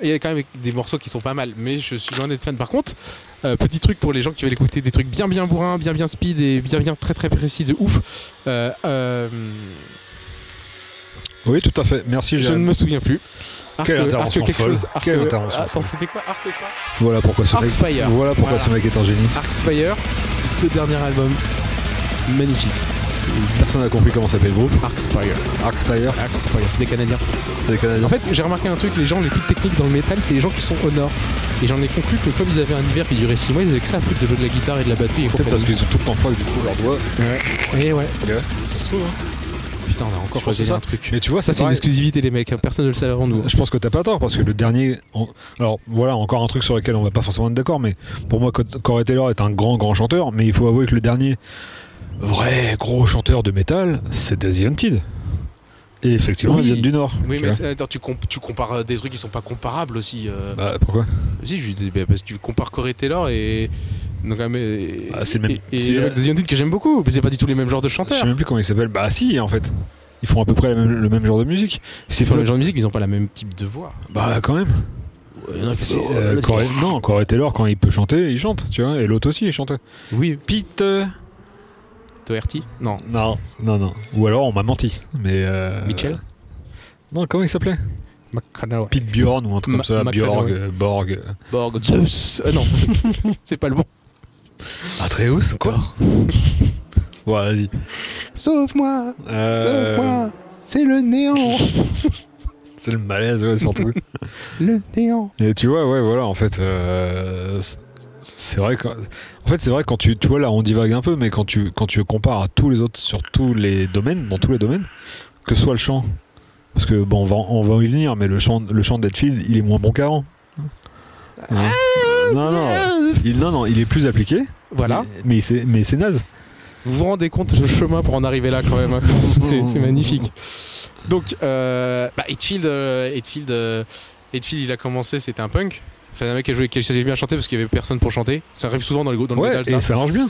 Speaker 4: Il y a quand même des morceaux qui sont pas mal, mais je suis loin d'être fan. Par contre, euh, petit truc pour les gens qui veulent écouter des trucs bien bien bourrins, bien bien speed et bien bien très très précis de ouf. euh, euh,
Speaker 1: Oui, tout à fait. Merci,
Speaker 4: je ne
Speaker 1: Jérémy.
Speaker 4: me souviens plus. Arc,
Speaker 1: Quelle intervention
Speaker 4: Arc quelque
Speaker 1: folle.
Speaker 4: chose. Arc- euh,
Speaker 1: Quelle intervention
Speaker 4: Attends,
Speaker 1: folle.
Speaker 4: c'était quoi Arc quoi
Speaker 1: Voilà pourquoi ce mec,
Speaker 4: Arcspire.
Speaker 1: voilà pourquoi
Speaker 4: Voilà.
Speaker 1: ce mec est un génie.
Speaker 4: Arc Spire, le dernier album. Magnifique. C'est
Speaker 1: Personne n'a compris comment s'appelle le groupe.
Speaker 4: Arc Spire.
Speaker 1: Arcspire,
Speaker 4: Arc Spire, c'est des Canadiens.
Speaker 1: c'est des Canadiens.
Speaker 4: En fait, j'ai remarqué un truc, les gens les plus techniques dans le métal, c'est les gens qui sont au nord. Et j'en ai conclu que comme ils avaient un hiver qui durait 6 mois, ils avaient que ça à foutre de jouer de la guitare et de la batterie. et
Speaker 1: Peut-être
Speaker 4: compagnie.
Speaker 1: parce qu'ils ont tout le temps froid et du coup leurs doigts.
Speaker 4: Et ouais.
Speaker 1: Ouais.
Speaker 4: hein. Putain, on a encore
Speaker 1: Je pense que
Speaker 4: posé
Speaker 1: c'est
Speaker 4: un truc.
Speaker 1: Mais tu vois,
Speaker 4: Ça, c'est une
Speaker 1: pareil.
Speaker 4: exclusivité, les mecs. hein. Personne ne le savait avant nous.
Speaker 1: Je pense que t'as pas tort parce que le dernier. en- Alors voilà, encore un truc sur lequel on va pas forcément être d'accord, mais pour moi, Co- Corey Taylor est un grand, grand chanteur, mais il faut avouer que le dernier vrai gros chanteur de métal, c'est Daisy Hunted. Et effectivement,
Speaker 4: Oui.
Speaker 1: ils viennent du Nord.
Speaker 4: Oui,
Speaker 1: tu
Speaker 4: mais
Speaker 1: vois.
Speaker 4: c'est- attends, tu, comp- tu compares euh, des trucs qui sont pas comparables aussi. euh.
Speaker 1: Bah, pourquoi
Speaker 4: Si, je lui dis, bah, parce que tu compares Corey Taylor et. Non, quand même, et-
Speaker 1: Ah, c'est le même-
Speaker 4: Et, et
Speaker 1: c'est-
Speaker 4: le mec des Undead que j'aime beaucoup, mais c'est pas du tout les mêmes genres de
Speaker 1: Je sais
Speaker 4: chanteurs.
Speaker 1: même plus comment il s'appelle. Bah, si, en fait. Ils font à peu près la même- le même genre de musique. C'est
Speaker 4: Ils font le Oh, même genre de musique, mais ils ont pas la même type de voix.
Speaker 1: Bah, quand même.
Speaker 4: Il y en a qui
Speaker 1: Si, euh, Corey- Non, Corey Taylor, quand il peut chanter, il chante, tu vois. Et l'autre aussi, il chante.
Speaker 4: Oui,
Speaker 1: Pete. euh,
Speaker 4: Doherty Non.
Speaker 1: Non, non, non. Ou alors, on m'a menti. Mais. euh,
Speaker 4: Mitchell
Speaker 1: Non, comment il s'appelait
Speaker 4: McConaughey.
Speaker 1: Pete Bjorn ou un truc
Speaker 4: Ma-
Speaker 1: comme ça,
Speaker 4: Macron,
Speaker 1: Bjorg,
Speaker 4: ouais.
Speaker 1: euh, Borg. euh.
Speaker 4: Borg. Zeus Euh, Non, c'est pas le bon.
Speaker 1: Atreus encore Ouais, vas-y.
Speaker 4: Sauve-moi
Speaker 1: Euh,
Speaker 4: Sauve-moi C'est le néant
Speaker 1: c'est le malaise, ouais, surtout.
Speaker 4: Le néant
Speaker 1: Et tu vois, ouais, voilà, en fait, euh, c'est- c'est vrai que, en fait, c'est vrai que quand tu, tu vois là, on divague un peu, mais quand tu, quand tu compares à tous les autres sur tous les domaines, dans tous les domaines, que soit le chant, parce que bon, on va, on va y venir, mais le chant, le chant d'Edfield, il est moins bon qu'avant. Hein. non, non, il, non, non, il est plus appliqué.
Speaker 4: Euh, Voilà,
Speaker 1: mais- Mais c'est, mais c'est naze.
Speaker 4: vous vous rendez compte le chemin pour en arriver là quand même. hein. c'est c'est magnifique. Donc, euh, bah, Hetfield, euh, Hetfield, euh, Hetfield, il a commencé, c'était un punk. Enfin, un mec qui a joué, qui savait bien chanter parce qu'il y avait personne pour chanter. Ça arrive souvent dans les groupes, dans le
Speaker 1: Ouais,
Speaker 4: métal,
Speaker 1: et
Speaker 4: ça.
Speaker 1: ça marche bien.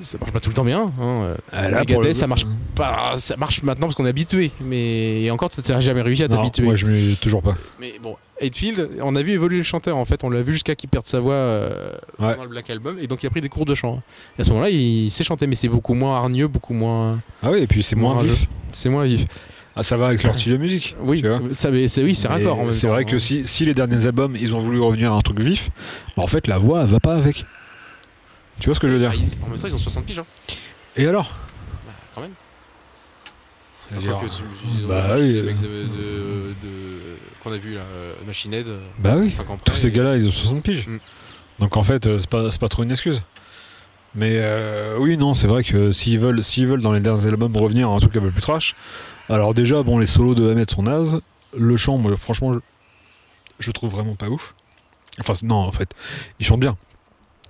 Speaker 4: Ça marche pas tout le temps bien. Hein. euh,
Speaker 1: Ah, là,
Speaker 4: Megadeth,
Speaker 1: pour le-
Speaker 4: ça marche pas. Ça marche maintenant parce qu'on est habitué. Mais et encore, t'as jamais réussi à
Speaker 1: Non,
Speaker 4: t'habituer.
Speaker 1: moi je m'y toujours pas.
Speaker 4: Mais bon, Hetfield, on a vu évoluer le chanteur en fait, on l'a vu jusqu'à qu'il perde sa voix euh,
Speaker 1: Ouais.
Speaker 4: dans le Black Album, et donc il a pris des cours de chant. hein. Et à ce moment-là, il sait chanter, mais c'est beaucoup moins hargneux, beaucoup moins.
Speaker 1: Ah oui, et puis c'est moins
Speaker 4: Moins
Speaker 1: vif.
Speaker 4: C'est moins vif.
Speaker 1: Ah, ça va avec leur style de musique.
Speaker 4: Oui,
Speaker 1: Tu vois
Speaker 4: ça, mais c'est oui, c'est
Speaker 1: Mais
Speaker 4: raccord. en même
Speaker 1: C'est
Speaker 4: temps,
Speaker 1: vrai que
Speaker 4: hein.
Speaker 1: si, si les derniers albums ils ont voulu revenir à un truc vif, bah, en fait la voix elle va pas avec. Tu vois ce que je veux dire
Speaker 4: Ah, ils- en même temps, ils ont 60 piges, hein.
Speaker 1: Et alors
Speaker 4: Bah, quand même.
Speaker 1: Je veux
Speaker 4: Quoique,
Speaker 1: dire,
Speaker 4: tu- ils ont
Speaker 1: bah
Speaker 4: acheté
Speaker 1: oui,
Speaker 4: le mec
Speaker 1: euh.
Speaker 4: de- de- de- qu'on a vu là, euh, Machine Head, euh,
Speaker 1: Bah oui,
Speaker 4: cinq ans
Speaker 1: tous
Speaker 4: près,
Speaker 1: ces
Speaker 4: et-
Speaker 1: gars-là ils ont 60 piges.
Speaker 4: Mm.
Speaker 1: Donc en fait euh, c'est pas, c'est pas trop une excuse. Mais euh, oui, non, c'est vrai que s'ils veulent, s'ils veulent dans les derniers albums revenir à un truc un peu plus trash, alors déjà, bon, les solos de Hamed sont nazes. Le chant, moi, franchement, je, je le trouve vraiment pas ouf. Enfin, c'est- non, en fait, il chante bien.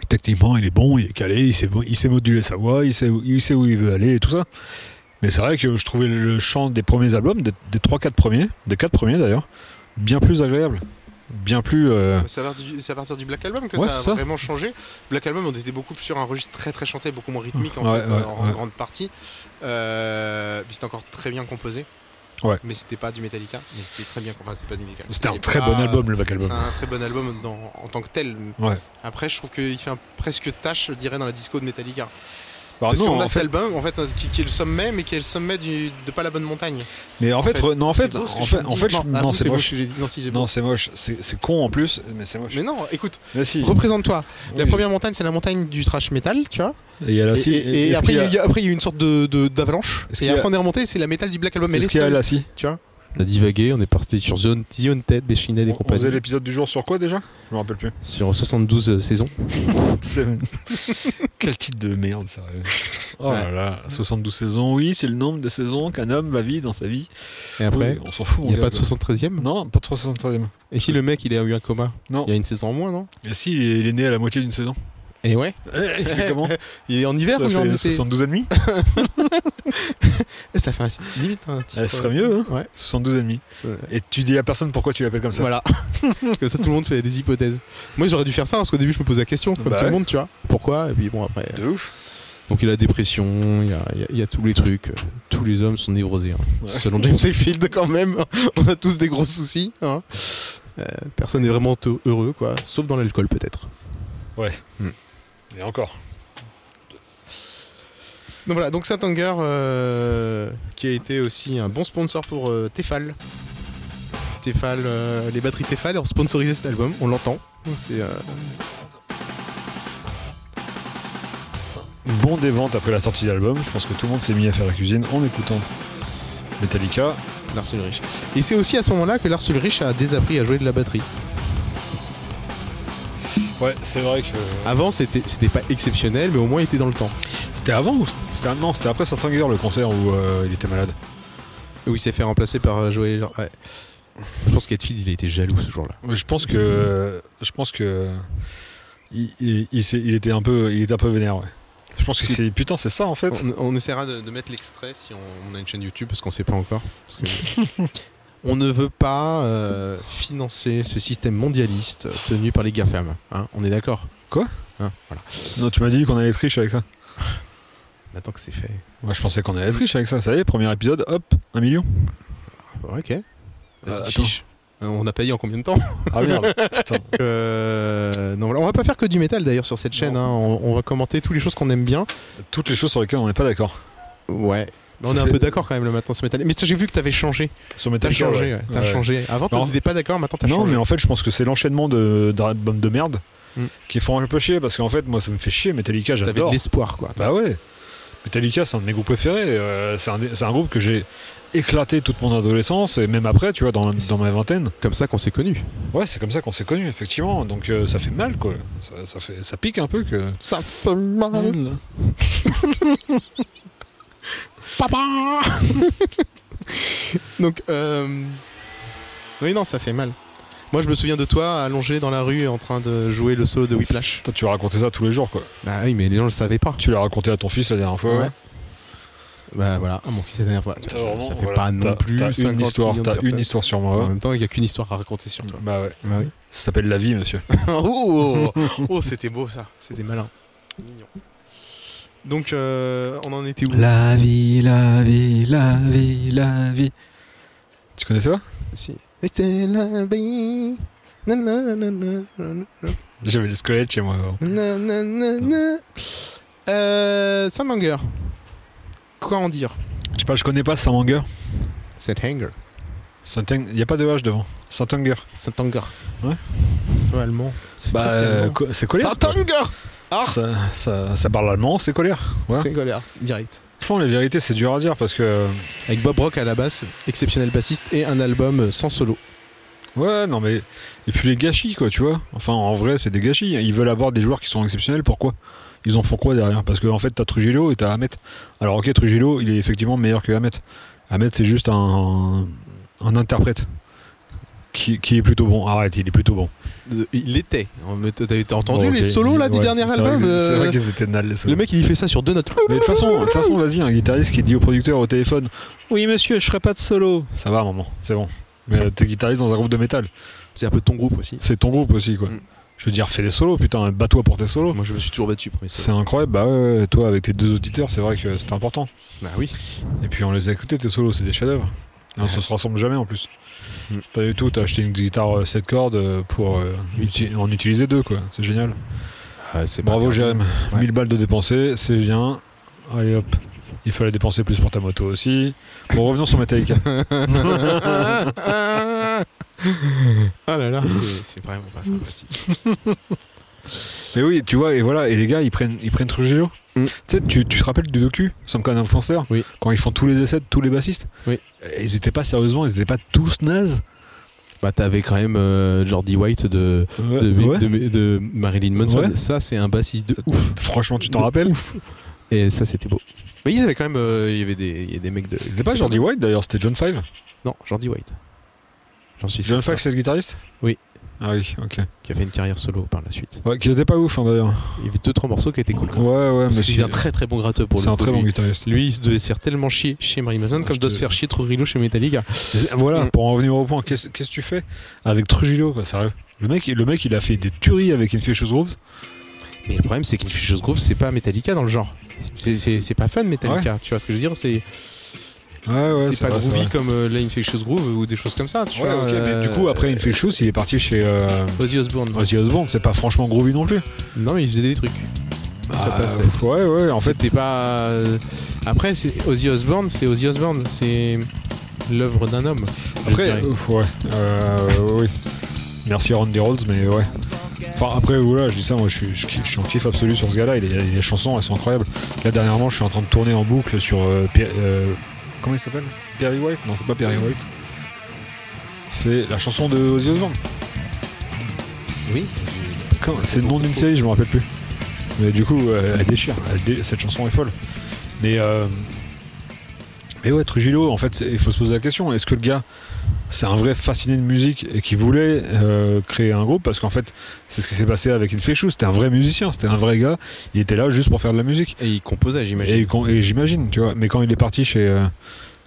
Speaker 1: Techniquement, il est bon, il est calé, il sait, il sait moduler sa voix, il sait, où- il sait où il veut aller et tout ça. Mais c'est vrai que je trouvais le chant des premiers albums, des, des 3-4 premiers, des 4 premiers d'ailleurs, bien plus agréable. Bien plus. euh,
Speaker 4: C'est à, partir du- c'est à partir du Black Album que
Speaker 1: Ouais,
Speaker 4: ça a
Speaker 1: c'est ça.
Speaker 4: vraiment changé. Black Album, on était beaucoup plus sur un registre très très chanté, beaucoup moins rythmique en,
Speaker 1: Ouais,
Speaker 4: fait,
Speaker 1: ouais,
Speaker 4: euh, en
Speaker 1: ouais.
Speaker 4: grande partie. Euh, puis c'était encore très bien composé.
Speaker 1: Ouais.
Speaker 4: Mais c'était pas du Metallica. Mais c'était très bien. Enfin, c'était pas du Metallica.
Speaker 1: C'était un très bon
Speaker 4: pas-
Speaker 1: album, le back album.
Speaker 4: Ah. C'est un très bon album dans- en tant que tel.
Speaker 1: Ouais.
Speaker 4: Après, je trouve qu'il fait un, presque tâche, je dirais, dans la disco de Metallica.
Speaker 1: Bah,
Speaker 4: Parce
Speaker 1: non,
Speaker 4: qu'on
Speaker 1: en
Speaker 4: a
Speaker 1: fait-
Speaker 4: Stalbin, en fait, euh, qui, qui est le sommet, mais qui est le sommet du- de pas la bonne montagne.
Speaker 1: mais en fait,
Speaker 4: fait,
Speaker 1: re- non, en
Speaker 4: C'est
Speaker 1: fait,
Speaker 4: beau ce que
Speaker 1: en
Speaker 4: je
Speaker 1: fait,
Speaker 4: viens de
Speaker 1: en
Speaker 4: dire.
Speaker 1: fait, je-
Speaker 4: ah,
Speaker 1: non, c'est
Speaker 4: beau
Speaker 1: moche.
Speaker 4: ce que j'ai dit. Non, si, j'ai beau.
Speaker 1: Non, c'est moche. C'est c'est con en plus, mais c'est moche.
Speaker 4: Mais non, écoute,
Speaker 1: Mais si.
Speaker 4: représente-toi. La
Speaker 1: Oui. Ah,
Speaker 4: première montagne, c'est la montagne du trash metal, tu vois.
Speaker 1: Et il y a la
Speaker 4: Et-
Speaker 1: scie.
Speaker 4: et et
Speaker 1: Est-ce
Speaker 4: après,
Speaker 1: qu'il
Speaker 4: il
Speaker 1: y a-
Speaker 4: y a- après, il y a une sorte de- de- d'avalanche.
Speaker 1: Est-ce qu'il
Speaker 4: Et
Speaker 1: y a-
Speaker 4: après, on est remonté, c'est la metal du Black Album. Mais
Speaker 1: Est-ce
Speaker 4: les
Speaker 1: qu'il y a
Speaker 4: seuls-
Speaker 1: la scie
Speaker 4: On a divagué, on est parti sur Zone, The Haunted, Beshined
Speaker 1: On
Speaker 4: et
Speaker 1: on faisait
Speaker 4: compagnie.
Speaker 1: l'épisode du jour sur quoi déjà Je me rappelle plus.
Speaker 4: Sur 72 saisons.
Speaker 1: Seven. Quel titre de merde, sérieux. Oh là
Speaker 4: Ouais.
Speaker 1: là, 72 saisons, oui, c'est le nombre de saisons qu'un homme va vivre dans sa vie.
Speaker 4: Et après,
Speaker 1: Oui, on s'en fout.
Speaker 4: il n'y
Speaker 1: on
Speaker 4: a pas de
Speaker 1: regarde.
Speaker 4: 73ème
Speaker 1: Non, pas de 73e.
Speaker 4: Et si le mec, il a eu un coma
Speaker 1: Non.
Speaker 4: Il y a une saison en moins, non
Speaker 1: Et si, il est- il est né à la moitié d'une saison
Speaker 4: Et ouais.
Speaker 1: Eh, Il fait comment
Speaker 4: Il est en hiver
Speaker 1: Ça
Speaker 4: ou il est en
Speaker 1: fait
Speaker 4: été
Speaker 1: 72 et demi
Speaker 4: Eh, Ça fait un- limite un titre.
Speaker 1: Ce serait mieux, hein
Speaker 4: Ouais.
Speaker 1: 72 et demi.
Speaker 4: Ça-
Speaker 1: Et tu dis à personne pourquoi tu l'appelles comme ça.
Speaker 4: Voilà. comme ça, tout le monde fait des hypothèses. Moi, j'aurais dû faire ça parce qu'au début, je me posais la question, comme
Speaker 1: Bah
Speaker 4: tout le
Speaker 1: ouais.
Speaker 4: monde, tu vois. Pourquoi Et puis bon, après.
Speaker 1: De ouf.
Speaker 4: Donc, il a la dépression, il y a, il y a- il y a tous les trucs. Tous les hommes sont névrosés. hein.
Speaker 1: Ouais.
Speaker 4: Selon James Hetfield, quand même, on a tous des gros soucis. hein. Euh, personne n'est vraiment te- heureux, quoi. Sauf dans l'alcool, peut-être.
Speaker 1: Et encore.
Speaker 4: Donc voilà, donc Saint-Anger, euh, qui a été aussi un bon sponsor pour euh, Tefal. Tefal, euh, les batteries Tefal ont sponsorisé cet album, on l'entend. C'est euh,
Speaker 1: Bon des ventes après la sortie de l'album. Je pense que tout le monde s'est mis à faire la cuisine en écoutant Metallica.
Speaker 4: Lars Ulrich. Et c'est aussi à ce moment-là que Lars Ulrich a désappris à jouer de la batterie.
Speaker 1: Ouais, c'est vrai que.
Speaker 4: Avant, c'était c'était pas exceptionnel, mais au moins il était dans le temps.
Speaker 1: C'était avant ou c'était non C'était après saint Anger le concert où euh, il était malade.
Speaker 4: Et où il s'est fait remplacer par euh, Joel. ouais. Je pense qu'Edfield, il a été jaloux ce jour-là.
Speaker 1: Je pense que je pense que il, il- il s'est- il était un peu il était un peu vénère. Ouais. Je pense que
Speaker 4: Si.
Speaker 1: c'est putain c'est ça en fait.
Speaker 4: On, on essaiera de, de mettre l'extrait si on, on a une chaîne YouTube parce qu'on sait pas encore. Parce que- on ne veut pas euh, financer ce système mondialiste tenu par les GAFAM. Hein on est d'accord
Speaker 1: Quoi
Speaker 4: Hein, voilà.
Speaker 1: Non tu m'as dit qu'on allait être riche avec ça.
Speaker 4: Maintenant que c'est fait.
Speaker 1: Moi je pensais qu'on allait être riche avec ça. Ça y est premier épisode hop un million.
Speaker 4: Ouais, Ah, ok. Vas-y,
Speaker 1: attends.
Speaker 4: chiche. Euh, On a payé en combien de temps
Speaker 1: Ah merde.
Speaker 4: Euh, non, voilà. On va pas faire que du métal d'ailleurs sur cette chaîne. hein. On, on va commenter toutes les choses qu'on aime bien.
Speaker 1: Toutes les choses sur lesquelles on n'est pas d'accord.
Speaker 4: Ouais. Mais
Speaker 1: Ça
Speaker 4: on est un
Speaker 1: fait-
Speaker 4: peu d'accord quand même le matin sur métal. Mais j'ai vu que t'avais changé.
Speaker 1: Sur
Speaker 4: T'as
Speaker 1: Metallica.
Speaker 4: changé.
Speaker 1: ouais.
Speaker 4: ouais, T'as
Speaker 1: Ouais.
Speaker 4: changé. Avant
Speaker 1: Non.
Speaker 4: t'étais pas d'accord, maintenant t'as
Speaker 1: non,
Speaker 4: changé.
Speaker 1: mais en fait, je pense que c'est l'enchaînement de- d'albums de, merde
Speaker 4: Mm.
Speaker 1: qui font un peu chier parce qu'en fait, moi, ça me fait chier. Metallica,
Speaker 4: T'avais de
Speaker 1: j'adore.
Speaker 4: l'espoir quoi.
Speaker 1: Bah ouais. Metallica, c'est un de mes groupes préférés. Euh, c'est un, des- c'est un groupe que j'ai éclaté toute mon adolescence et même après, tu vois, dans, dans ma vingtaine.
Speaker 4: Comme ça qu'on s'est connus.
Speaker 1: Ouais, c'est comme ça qu'on s'est connus, effectivement. Donc euh, ça fait mal, quoi. Ça, ça fait, ça pique un peu que.
Speaker 4: Ça fait mal. Papa Donc, euh... oui, non, ça fait mal. Moi, je me souviens de toi allongé dans la rue en train de jouer le solo de Whiplash.
Speaker 1: Toi, tu vas raconter ça tous les jours, quoi.
Speaker 4: Bah oui, mais les gens le savaient pas.
Speaker 1: Tu l'as raconté à ton fils la dernière fois.
Speaker 4: Ouais. Bah voilà, à mon fils la dernière fois. hein. Ça,
Speaker 1: T'as vraiment-
Speaker 4: fait
Speaker 1: voilà.
Speaker 4: pas non
Speaker 1: T'as-
Speaker 4: plus
Speaker 1: T'as
Speaker 4: 50
Speaker 1: une histoire,
Speaker 4: millions de
Speaker 1: t'as une
Speaker 4: personnes.
Speaker 1: histoire sur
Speaker 4: En
Speaker 1: moi.
Speaker 4: même temps, il n'y a qu'une histoire à raconter sur toi.
Speaker 1: Bah ouais.
Speaker 4: Bah oui.
Speaker 1: Ça s'appelle la vie, monsieur.
Speaker 4: oh, oh, c'était beau ça, c'était malin. Mignon. Donc, euh, on en était où
Speaker 2: La vie, la vie, la vie, la vie.
Speaker 1: Tu connais ça
Speaker 4: Si. C'était E la vie. Nanana.
Speaker 1: J'avais le squelette chez moi. avant.
Speaker 4: Na, na, na, na. Euh, Sam Hanger. Quoi en dire
Speaker 1: Je sais pas, je connais pas Saint Anger.
Speaker 4: Saint Hanger.
Speaker 1: Saint il n'y a pas de H devant. Saint Anger.
Speaker 4: Saint Hanger.
Speaker 1: Ouais.
Speaker 4: Ouais, allemand. C'est
Speaker 1: Bah,
Speaker 4: presque allemand.
Speaker 1: co- c'est colère.
Speaker 4: Saint Hanger
Speaker 1: quoi.
Speaker 4: Ah
Speaker 1: ça, ça, ça parle allemand, c'est colère. Voilà.
Speaker 4: C'est galère, direct.
Speaker 1: Franchement, les vérités, c'est dur à dire parce que. euh,
Speaker 4: Avec Bob Rock à la basse, exceptionnel bassiste, et un
Speaker 1: euh,
Speaker 4: album sans solo.
Speaker 1: Ouais, non, mais. Et puis les gâchis, quoi, tu vois. Enfin, en vrai, c'est des gâchis. Ils veulent avoir des joueurs qui sont exceptionnels. Pourquoi Ils en font quoi derrière Parce que, en fait, t'as Trujillo et t'as Hamet. Alors, ok, Trujillo, il est effectivement meilleur que Hamet. Hamet, c'est juste un. un interprète. Qui, qui est plutôt bon. Arrête, il est plutôt bon.
Speaker 4: Euh, Il était. Mais T'as t'as entendu
Speaker 1: Bon,
Speaker 4: les
Speaker 1: ok.
Speaker 4: solos là du
Speaker 1: Ouais,
Speaker 4: dernier
Speaker 1: c'est- c'est vrai
Speaker 4: album
Speaker 1: que- C'est
Speaker 4: euh,
Speaker 1: vrai qu'ils étaient nal, les solos.
Speaker 4: Le mec il y fait ça sur deux notes.
Speaker 1: Mais de toute façon, de toute façon, vas-y, un guitariste qui dit au producteur au téléphone Oui, monsieur, je ferai pas de solo. Ça va, maman, c'est bon. Mais euh, t'es guitariste dans un groupe de métal.
Speaker 4: C'est un peu ton groupe aussi.
Speaker 1: C'est ton groupe aussi, quoi.
Speaker 4: Mm.
Speaker 1: Je veux dire, fais des solos, putain, bats-toi pour tes solos.
Speaker 4: Moi je me suis toujours battu pour mes
Speaker 1: C'est
Speaker 4: solos.
Speaker 1: incroyable, bah ouais, ouais, toi avec tes deux auditeurs, c'est vrai que c'est important.
Speaker 4: Bah oui.
Speaker 1: Et puis on les a écoutés, tes solos, c'est des chefs-d'œuvre. Et On se se rassemble jamais en plus.
Speaker 4: Mm.
Speaker 1: Pas du tout, t'as acheté une guitare 7 cordes euh, pour euh, uti- en utiliser deux, quoi. C'est génial.
Speaker 4: Ah, c'est pas
Speaker 1: Bravo,
Speaker 4: interdit.
Speaker 1: Jérém.
Speaker 4: Ouais.
Speaker 1: 1000 balles de dépensées, c'est bien. Allez hop. Il fallait dépenser plus pour ta moto aussi. Bon, revenons sur Metallica.
Speaker 4: ah là là, c'est- c'est vraiment pas sympathique.
Speaker 1: Mais oui, tu vois, et voilà, et les gars, ils prennent, ils prennent Trujillo.
Speaker 4: Mm.
Speaker 1: Tu sais, tu, tu te rappelles du docu, Some Kind of Monster
Speaker 4: Oui.
Speaker 1: Quand ils font tous les essais de tous les bassistes
Speaker 4: Oui.
Speaker 1: Et Ils étaient pas sérieusement, ils étaient pas tous nazes.
Speaker 4: Bah t'avais quand même euh, Jordi White de,
Speaker 1: Ouais,
Speaker 4: de,
Speaker 1: ouais.
Speaker 4: de- de Marilyn Manson.
Speaker 1: Ouais.
Speaker 4: Ça c'est un bassiste de ouf.
Speaker 1: Franchement, tu t'en
Speaker 4: De
Speaker 1: rappelles
Speaker 4: Et ça c'était beau. Mais ils avaient quand même, euh, il y avait des, il y a des mecs de.
Speaker 1: C'était pas Jordi White d'ailleurs, c'était John Five.
Speaker 4: Non, Jordi White. J'en suis
Speaker 1: John
Speaker 4: certain.
Speaker 1: Five, c'est le guitariste
Speaker 4: Oui.
Speaker 1: Ah oui, ok.
Speaker 4: Qui a fait une carrière solo par la suite.
Speaker 1: Ouais, qui était pas ouf hein, d'ailleurs.
Speaker 4: Il y avait deux trois morceaux qui étaient cool. quand
Speaker 1: Ouais,
Speaker 4: même.
Speaker 1: ouais, mais
Speaker 4: Parce que c'est
Speaker 1: c'est
Speaker 4: un très très bon gratteux pour le
Speaker 1: c'est un
Speaker 4: coup,
Speaker 1: très bon
Speaker 4: lui.
Speaker 1: guitariste.
Speaker 4: Lui, il se devait se faire tellement chier chez Marilyn Manson
Speaker 1: Ah, je
Speaker 4: comme il doit
Speaker 1: te-
Speaker 4: se faire chier Trujillo chez Metallica.
Speaker 1: Voilà,
Speaker 4: Mm.
Speaker 1: pour en revenir au point, qu'est-ce qu'est-ce que tu fais avec Trujillo, quoi, sérieux le mec, le mec, il a fait des tueries avec Infectious Groove.
Speaker 4: Mais le problème, c'est chose Groove, c'est pas Metallica dans le genre. C'est- C'est c'est pas fun Metallica, tu vois ce que je veux dire C'est
Speaker 1: Ouais, ouais,
Speaker 4: c'est pas
Speaker 1: vrai,
Speaker 4: groovy
Speaker 1: vrai.
Speaker 4: comme euh, la Infectious Groove ou des choses comme ça, tu
Speaker 1: Ouais,
Speaker 4: vois.
Speaker 1: ok, mais du
Speaker 4: euh,
Speaker 1: coup, après Infectious, il est parti chez euh,
Speaker 4: Ozzy Osbourne.
Speaker 1: Ozzy Osbourne, c'est pas franchement groovy non plus.
Speaker 4: Non, mais il faisait des trucs. ça
Speaker 1: Bah,
Speaker 4: passait.
Speaker 1: ouais, ouais, en
Speaker 4: En fait,
Speaker 1: fait.
Speaker 4: t'es pas. euh, Après, c'est- Ozzy Osbourne, c'est Ozzy Osbourne, c'est l'œuvre d'un homme. je
Speaker 1: Après,
Speaker 4: dirais.
Speaker 1: ouf, ouais, euh, oui. Merci Randy Rhodes, mais ouais. Enfin, après, voilà, je dis ça, moi je suis, je, kiffe- je suis en kiff absolu sur ce gars-là. Il a- il a des chansons, elles sont incroyables. Là, dernièrement, je suis en train de tourner en boucle sur. euh, Pe- euh, comment il s'appelle Perry White Non, c'est pas Perry White. C'est la chanson de Ozzy Osbourne.
Speaker 4: oui.
Speaker 1: Comment- C'est le nom d'une série, je me rappelle plus. Mais du coup, euh, elle déchire. Elle dé- Cette chanson est folle. Mais, euh, mais ouais, Trujillo, en fait, c'est- il faut se poser la question est-ce que le gars, c'est un vrai fasciné de musique et qui voulait euh, créer un groupe Parce qu'en fait, c'est ce qui s'est passé avec Infechou. C'était un vrai musicien, c'était un vrai gars. Il était là juste pour faire de la musique.
Speaker 4: Et il composait,
Speaker 1: Et,
Speaker 4: j'imagine. Ah,
Speaker 1: quand- et j'imagine, tu vois. Mais quand il est parti chez, euh,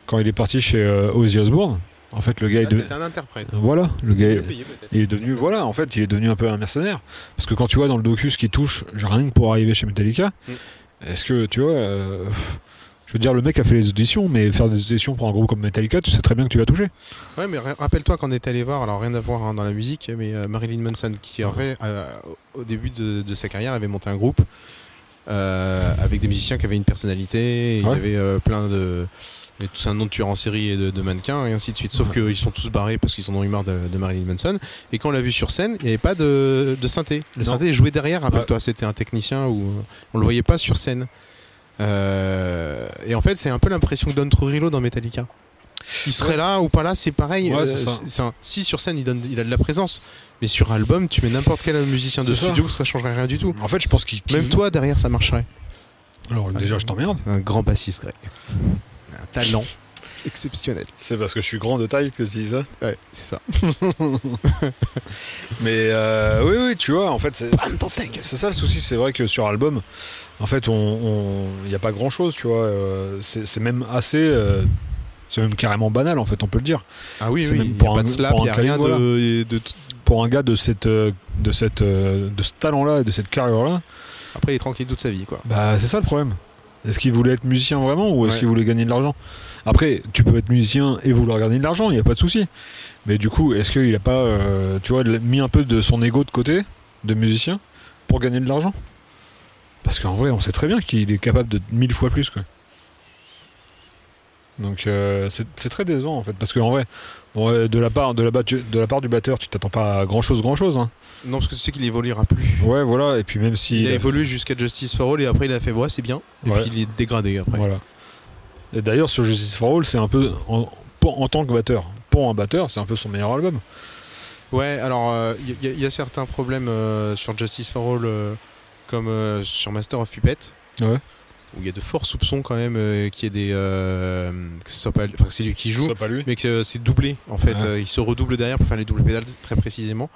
Speaker 1: quand il est parti chez euh, Ozzy Osbourne, en fait, le gars est
Speaker 4: Ah,
Speaker 1: devenu-
Speaker 4: C'était un interprète.
Speaker 1: Voilà, le gars.
Speaker 4: Il le payait, peut-être.
Speaker 1: Il est devenu, voilà, en fait, il est devenu un peu un mercenaire. Parce que quand tu vois dans le docu ce qui touche, genre rien que pour arriver chez Metallica,
Speaker 4: Mm.
Speaker 1: est-ce que, tu vois, euh, je veux dire, le mec a fait les auditions, mais faire des auditions pour un groupe comme Metallica, tu sais très bien que tu vas toucher.
Speaker 4: Ouais, mais ra- rappelle-toi qu'on est allé voir, alors rien à voir hein, dans la musique, mais euh, Marilyn Manson, qui aurait, euh, au début de, de sa carrière, avait monté un groupe euh, avec des musiciens qui avaient une personnalité, et il
Speaker 1: Ouais.
Speaker 4: y avait euh, plein de. et tous un nom de tueur en série et de, de mannequins, et ainsi de suite. Sauf
Speaker 1: Ouais.
Speaker 4: qu'ils sont tous barrés parce qu'ils en ont eu marre de, de Marilyn Manson. Et quand on l'a vu sur scène, il n'y avait pas de, de synthé. Le
Speaker 1: Non.
Speaker 4: synthé jouait derrière, rappelle-toi, c'était un technicien ou on le voyait pas sur scène. Euh, et en fait, c'est un peu l'impression que donne Trujillo dans Metallica. Il serait
Speaker 1: Ouais.
Speaker 4: là ou pas là, c'est pareil.
Speaker 1: Ouais,
Speaker 4: Euh,
Speaker 1: c'est ça.
Speaker 4: c'est- c'est un- si sur scène, il, donne, il a de la présence, mais sur album, tu mets n'importe quel musicien de
Speaker 1: C'est ça.
Speaker 4: studio, ça changerait rien du tout.
Speaker 1: En fait, je pense qu'il. qu'il-
Speaker 4: Même toi, derrière, ça marcherait.
Speaker 1: Alors, déjà, je t'emmerde.
Speaker 4: Un grand bassiste, Greg. Un talent exceptionnel.
Speaker 1: C'est parce que je suis grand de taille que je dis ça.
Speaker 4: Ouais, c'est ça.
Speaker 1: Mais euh, oui, oui, tu vois, en fait, c'est c'est- c'est ça le souci. C'est vrai que sur album, en fait, on- on il n'y a pas grand chose, tu vois. euh, c'est c'est même assez. euh, c'est même carrément banal, en fait, on peut le dire.
Speaker 4: Ah oui,
Speaker 1: C'est
Speaker 4: oui.
Speaker 1: même
Speaker 4: Il n'y
Speaker 1: pour
Speaker 4: a pas
Speaker 1: un-
Speaker 4: de slap,
Speaker 1: pour
Speaker 4: il
Speaker 1: un
Speaker 4: n'y a rien
Speaker 1: Caligula.
Speaker 4: de, de-
Speaker 1: pour un gars de cette euh, de cette euh, de ce talent là et de cette carrière là
Speaker 4: Après, il est tranquille toute sa vie, quoi.
Speaker 1: bah c'est ça le problème est-ce qu'il voulait être musicien vraiment ou est-ce
Speaker 4: Ouais.
Speaker 1: qu'il voulait gagner de l'argent après tu peux être musicien et vouloir gagner de l'argent il n'y a pas de souci mais du coup est-ce qu'il a pas euh, tu vois mis un peu de son ego de côté de musicien pour gagner de l'argent parce qu'en vrai on sait très bien qu'il est capable de mille fois plus quoi donc euh, c'est c'est très décevant en fait parce qu'en vrai bon, euh, de la part de la, battu- de la part du batteur tu t'attends pas à grand chose grand chose hein.
Speaker 4: Non, parce que tu sais qu'il évoluera plus.
Speaker 1: Ouais, voilà, et puis même si.
Speaker 4: Il, a évolué jusqu'à Justice for All et après, il a fait, ouais, c'est bien. Et
Speaker 1: Ouais.
Speaker 4: puis, il est dégradé après.
Speaker 1: Voilà. Et d'ailleurs, sur Justice for All, c'est un peu. En, pour- en tant que batteur, pour un batteur, c'est un peu son meilleur album.
Speaker 4: Ouais, alors il y, a- y a certains problèmes euh, sur Justice for All, euh, comme euh, sur Master of Puppet.
Speaker 1: Ouais.
Speaker 4: Où il y a de forts soupçons quand même euh, qu'il y ait des. euh, que ce soit pas. Enfin, que c'est lui qui joue,
Speaker 1: pas lui.
Speaker 4: mais que euh, c'est doublé en fait.
Speaker 1: Ouais.
Speaker 4: Euh, il se redouble derrière pour faire les doubles pédales très précisément.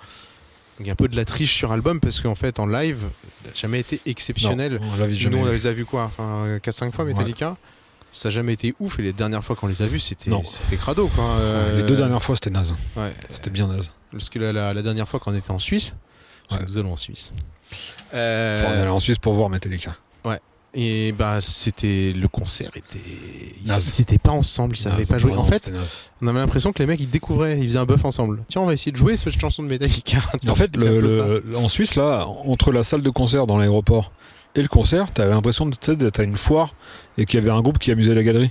Speaker 4: Donc il y a un peu de la triche sur album parce qu'en fait en live, il n'a jamais été exceptionnel.
Speaker 1: Non, on l'avait jamais.
Speaker 4: Nous on
Speaker 1: vu.
Speaker 4: les a vus quoi Enfin 4-5 fois Metallica. Ça n'a jamais été ouf et les dernières fois qu'on les a vus c'était
Speaker 1: Non.
Speaker 4: c'était crado quoi. Euh,
Speaker 1: Les deux dernières fois, c'était naze.
Speaker 4: ouais.
Speaker 1: C'était bien naze.
Speaker 4: Parce que la, la- la dernière fois qu'on était en Suisse, parce que
Speaker 1: Ouais.
Speaker 4: nous allons en Suisse.
Speaker 1: Enfin, on est allé
Speaker 4: Euh,
Speaker 1: en Suisse pour voir Metallica.
Speaker 4: et bah c'était le concert était ils
Speaker 1: Naze.
Speaker 4: c'était pas ensemble, ils savaient
Speaker 1: Naze,
Speaker 4: pas jouer. En
Speaker 1: vraiment,
Speaker 4: fait,
Speaker 1: c'était naze.
Speaker 4: on avait l'impression que les mecs ils découvraient, ils faisaient un buff ensemble. Tiens, on va essayer de jouer cette chanson de Metallica.
Speaker 1: En fait,
Speaker 4: C'est un
Speaker 1: le-
Speaker 4: peu ça.
Speaker 1: le- en Suisse, là, entre la salle de concert dans l'aéroport et le concert, t'avais l'impression de- tu sais, d'être à une foire et qu'il y avait un groupe qui amusait la galerie.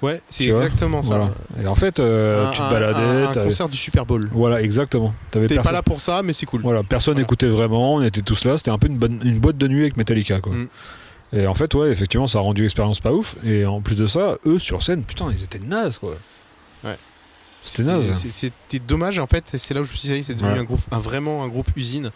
Speaker 4: Ouais, c'est
Speaker 1: Tu vois
Speaker 4: exactement ça.
Speaker 1: Voilà. Et en fait, euh,
Speaker 4: Un-
Speaker 1: tu te
Speaker 4: un-
Speaker 1: baladais.
Speaker 4: un- Un,
Speaker 1: t'avais-
Speaker 4: concert du Super Bowl.
Speaker 1: Voilà, exactement. T'avais
Speaker 4: T'es pas
Speaker 1: personne.
Speaker 4: là pour ça, mais c'est cool.
Speaker 1: Voilà, personne
Speaker 4: Voilà.
Speaker 1: n'écoutait vraiment, on était tous là, c'était un peu une, bonne, une boîte de nuit avec Metallica quoi.
Speaker 4: Mm.
Speaker 1: Et en fait, ouais, effectivement, ça a rendu l'expérience pas ouf. Et en plus de ça, eux sur scène, putain, ils étaient nazes quoi.
Speaker 4: Ouais.
Speaker 1: C'était naze.
Speaker 4: C'est- C'était dommage en fait, c'est là où je me suis dit, ça y est, c'est devenu
Speaker 1: Ouais.
Speaker 4: un groupe, un, vraiment un groupe usine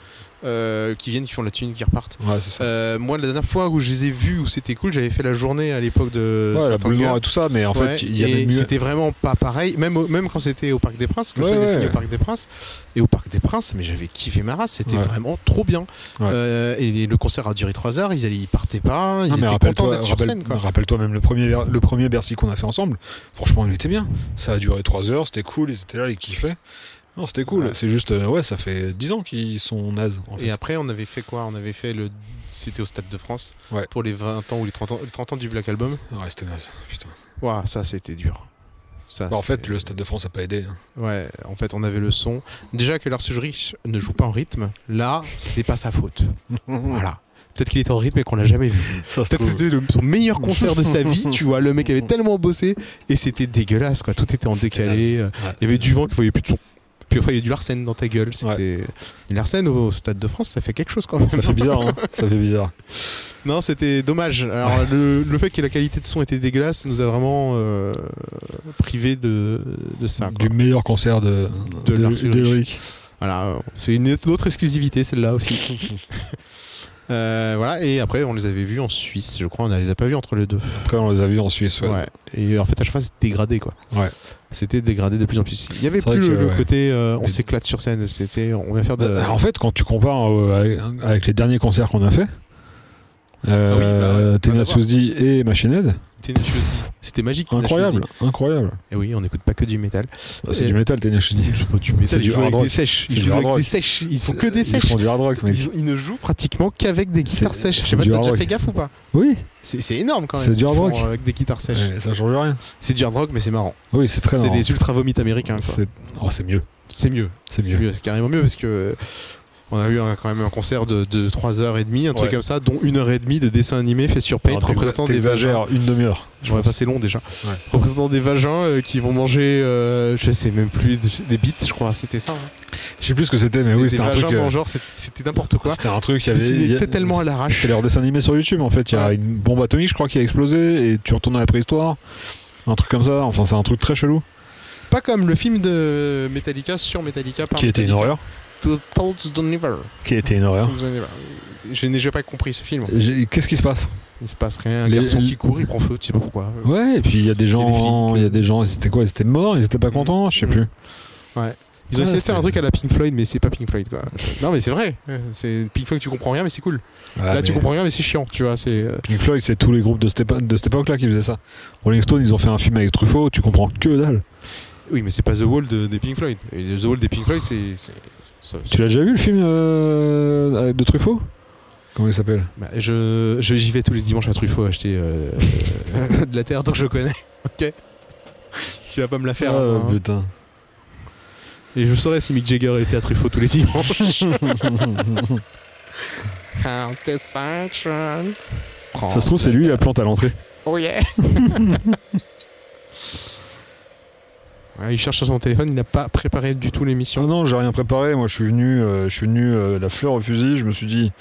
Speaker 4: euh, qui viennent, qui font de la thune, qui repartent.
Speaker 1: Ouais, c'est ça.
Speaker 4: Euh, moi, la dernière fois où je les ai vus, où c'était cool, j'avais fait la journée à l'époque de.
Speaker 1: ouais, la
Speaker 4: Saint-Anger.
Speaker 1: boule noire et tout ça, mais en
Speaker 4: Ouais,
Speaker 1: fait, il y
Speaker 4: et
Speaker 1: avait mieux.
Speaker 4: C'était vraiment pas pareil, même, au- même quand c'était au Parc des Princes, que
Speaker 1: Ouais,
Speaker 4: je faisais
Speaker 1: ouais.
Speaker 4: fini au Parc des Princes. Et au Parc des Princes, mais j'avais kiffé ma race, c'était
Speaker 1: Ouais.
Speaker 4: vraiment trop bien.
Speaker 1: Ouais.
Speaker 4: Euh, et le concert a duré 3 heures, ils, allaient- ils partaient pas, ils
Speaker 1: Ah, mais
Speaker 4: étaient contents
Speaker 1: rappelle-toi
Speaker 4: d'être sur
Speaker 1: rappelle-
Speaker 4: scène. Quoi.
Speaker 1: rappelle-toi même le premier, Ber- le premier Bercy qu'on a fait ensemble. Franchement, il était bien. Ça a duré 3 heures, c'était cool, ils étaient là, ils kiffaient. Non, c'était cool.
Speaker 4: Ouais.
Speaker 1: C'est juste, euh, ouais, ça fait 10 ans qu'ils sont nazes. En fait.
Speaker 4: Et après, on avait fait quoi On avait fait le. C'était au Stade de France
Speaker 1: Ouais.
Speaker 4: pour les 20 ans ou les 30 ans, les 30 ans du Black Album.
Speaker 1: Ouais, c'était naze. Putain.
Speaker 4: Ouah, ça c'était dur. Ça,
Speaker 1: Bah, en fait,
Speaker 4: c'était-
Speaker 1: le Stade de France a pas aidé. hein.
Speaker 4: Ouais, en fait, on avait le son. Déjà que Lars Ulrich ne joue pas en rythme, là, c'était pas sa faute.
Speaker 1: hein.
Speaker 4: Voilà. Peut-être qu'il était en rythme et qu'on l'a jamais vu.
Speaker 1: Ça se
Speaker 4: Peut-être que
Speaker 1: trouve.
Speaker 4: c'était le- son meilleur concert de sa vie, tu vois. Le mec avait tellement bossé et c'était dégueulasse, quoi. Tout était en
Speaker 1: C'était
Speaker 4: décalé. euh,
Speaker 1: Ouais.
Speaker 4: Il y avait du vent qui voyait plus de son. Puis enfin, il y a du Larsen dans ta gueule. C'était Larsen au Stade de France, ça fait quelque chose quand même.
Speaker 1: Ça fait bizarre, hein ça fait bizarre.
Speaker 4: Non, c'était dommage. Alors, le, le fait que la qualité de son était dégueulasse nous a vraiment euh, privé de, de ça. quoi.
Speaker 1: Du meilleur concert de,
Speaker 4: De Lars Ulrich.
Speaker 1: d'Ulrich.
Speaker 4: Voilà, euh, c'est une autre exclusivité celle-là aussi. Euh, voilà, et après on les avait vus en Suisse, je crois, on ne les a pas vus entre les deux.
Speaker 1: Après, on les a vus en Suisse. ouais.
Speaker 4: Ouais. Et euh, en fait, à chaque fois, c'était dégradé, quoi.
Speaker 1: Ouais.
Speaker 4: C'était dégradé de plus en plus. Il y avait
Speaker 1: C'est vrai
Speaker 4: plus le,
Speaker 1: que,
Speaker 4: le
Speaker 1: ouais.
Speaker 4: côté euh, on
Speaker 1: Mais-
Speaker 4: s'éclate sur scène, c'était on va faire de.
Speaker 1: Euh, En fait, quand tu compares euh, avec, avec les derniers concerts qu'on a fait, euh,
Speaker 4: bah ouais,
Speaker 1: Ténia
Speaker 4: rien à voir.
Speaker 1: Sousdi et Machine Head,
Speaker 4: C'était une chose- C'était magique. Tina
Speaker 1: incroyable,
Speaker 4: Choisi.
Speaker 1: incroyable.
Speaker 4: Et oui, on n'écoute pas que du métal.
Speaker 1: Bah, c'est
Speaker 4: Et-
Speaker 1: du métal, Ténia Sousdi.
Speaker 4: C'est pas du métal,
Speaker 1: C'est
Speaker 4: ils
Speaker 1: du
Speaker 4: jouent
Speaker 1: hard
Speaker 4: avec
Speaker 1: rock.
Speaker 4: des sèches.
Speaker 1: C'est
Speaker 4: Ils
Speaker 1: du
Speaker 4: jouent
Speaker 1: hard
Speaker 4: avec des
Speaker 1: rock.
Speaker 4: sèches. Ils font que des
Speaker 1: Ils
Speaker 4: sèches.
Speaker 1: font du hard rock, mec.
Speaker 4: Ils, ils ne jouent pratiquement qu'avec des guitares
Speaker 1: c'est-
Speaker 4: sèches. Je
Speaker 1: c'est
Speaker 4: sais pas,
Speaker 1: du
Speaker 4: t'as
Speaker 1: hard
Speaker 4: déjà
Speaker 1: rock.
Speaker 4: fait gaffe ou pas
Speaker 1: Oui,
Speaker 4: C'est c'est énorme quand même.
Speaker 1: C'est
Speaker 4: ce
Speaker 1: du
Speaker 4: qu'ils
Speaker 1: hard
Speaker 4: font euh,
Speaker 1: rock.
Speaker 4: Avec des guitares sèches.
Speaker 1: mais ça change rien.
Speaker 4: C'est du hard rock, mais c'est marrant.
Speaker 1: Oui, c'est très
Speaker 4: C'est
Speaker 1: marrant.
Speaker 4: des ultra vomites américains. quoi.
Speaker 1: C'est oh, c'est mieux,
Speaker 4: C'est mieux.
Speaker 1: c'est
Speaker 4: C'est
Speaker 1: mieux.
Speaker 4: mieux, c'est carrément mieux parce que euh, on a eu un- quand même un concert de, de 3h30, un truc
Speaker 1: Ouais.
Speaker 4: comme ça, dont 1h30 de dessin animé fait sur Paint
Speaker 1: Alors, t'exa-
Speaker 4: représentant des vagins.
Speaker 1: t'exagères une demi-heure. je
Speaker 4: Ouais,
Speaker 1: pense.
Speaker 4: enfin, c'est long déjà.
Speaker 1: Ouais.
Speaker 4: Représentant des vagins euh, qui vont manger, euh, je sais même plus, des, des bites, je crois, c'était ça. hein.
Speaker 1: Je sais plus ce que c'était, mais
Speaker 4: Des-
Speaker 1: oui,
Speaker 4: des
Speaker 1: c'était un
Speaker 4: vagins
Speaker 1: truc. euh,
Speaker 4: mangeurs, c'est- c'était n'importe quoi.
Speaker 1: C'était un truc. il y avait- il y
Speaker 4: Dessiné
Speaker 1: a-
Speaker 4: tellement à l'arrache.
Speaker 1: C'était leur dessin animé sur YouTube en fait. Il y a
Speaker 4: Ouais.
Speaker 1: une bombe atomique, je crois, qui a explosé et tu retournes à la préhistoire. Un truc comme ça. Enfin, c'est un truc très chelou
Speaker 4: Pas comme le film de Metallica sur Metallica par
Speaker 1: qui était une
Speaker 4: Metallica.
Speaker 1: horreur. Ah.
Speaker 4: Tales of the Never.
Speaker 1: Qui était une horreur.
Speaker 4: Tales of the Never. Je n'ai jamais compris ce film.
Speaker 1: J'ai- Qu'est-ce qui se passe
Speaker 4: Il se passe rien. Un
Speaker 1: Les-
Speaker 4: garçon
Speaker 1: les-
Speaker 4: qui court, il prend feu, tu sais pas pourquoi.
Speaker 1: Ouais, et puis il y a des gens,
Speaker 4: flics.
Speaker 1: il y a des gens, ils étaient quoi Ils étaient morts, ils étaient pas
Speaker 4: Mm.
Speaker 1: contents, je sais
Speaker 4: Mm.
Speaker 1: plus.
Speaker 4: Ils ont
Speaker 1: Ah,
Speaker 4: essayé de
Speaker 1: c'est-
Speaker 4: faire un truc à la Pink Floyd, mais c'est pas Pink Floyd quoi. non, mais c'est vrai. C'est Pink Floyd, tu comprends rien, mais c'est cool.
Speaker 1: Ah,
Speaker 4: Là, tu
Speaker 1: mais
Speaker 4: comprends rien, mais c'est chiant, tu vois. C'est euh,
Speaker 1: Pink Floyd, c'est tous les groupes de cette, épo- de cette époque-là qui faisaient ça. Rolling Stone, ils ont fait un film avec Truffaut, tu comprends que dalle.
Speaker 4: oui, mais c'est pas The Wall de- des Pink Floyd. Et The Wall des Pink Floyd, c'est. c'est- ça-
Speaker 1: Tu l'as déjà vu le film euh, avec- de Truffaut Comment il s'appelle
Speaker 4: Bah, je je- j'y vais tous les dimanches à Truffaut acheter euh, de la terre, donc je connais. ok. Tu vas pas me la faire.
Speaker 1: Ah,
Speaker 4: hein.
Speaker 1: putain.
Speaker 4: Et je saurais si Mick Jagger était à Truffaut tous les dimanches. Satisfaction.
Speaker 1: Ça se trouve, c'est lui la plante à l'entrée.
Speaker 4: Oh yeah Ouais, il cherche sur son téléphone, il n'a pas préparé du tout
Speaker 1: Ah
Speaker 4: l'émission.
Speaker 1: non, j'ai rien préparé. Moi, je suis venu, euh, je suis venu euh, la fleur au fusil. Je me suis dit,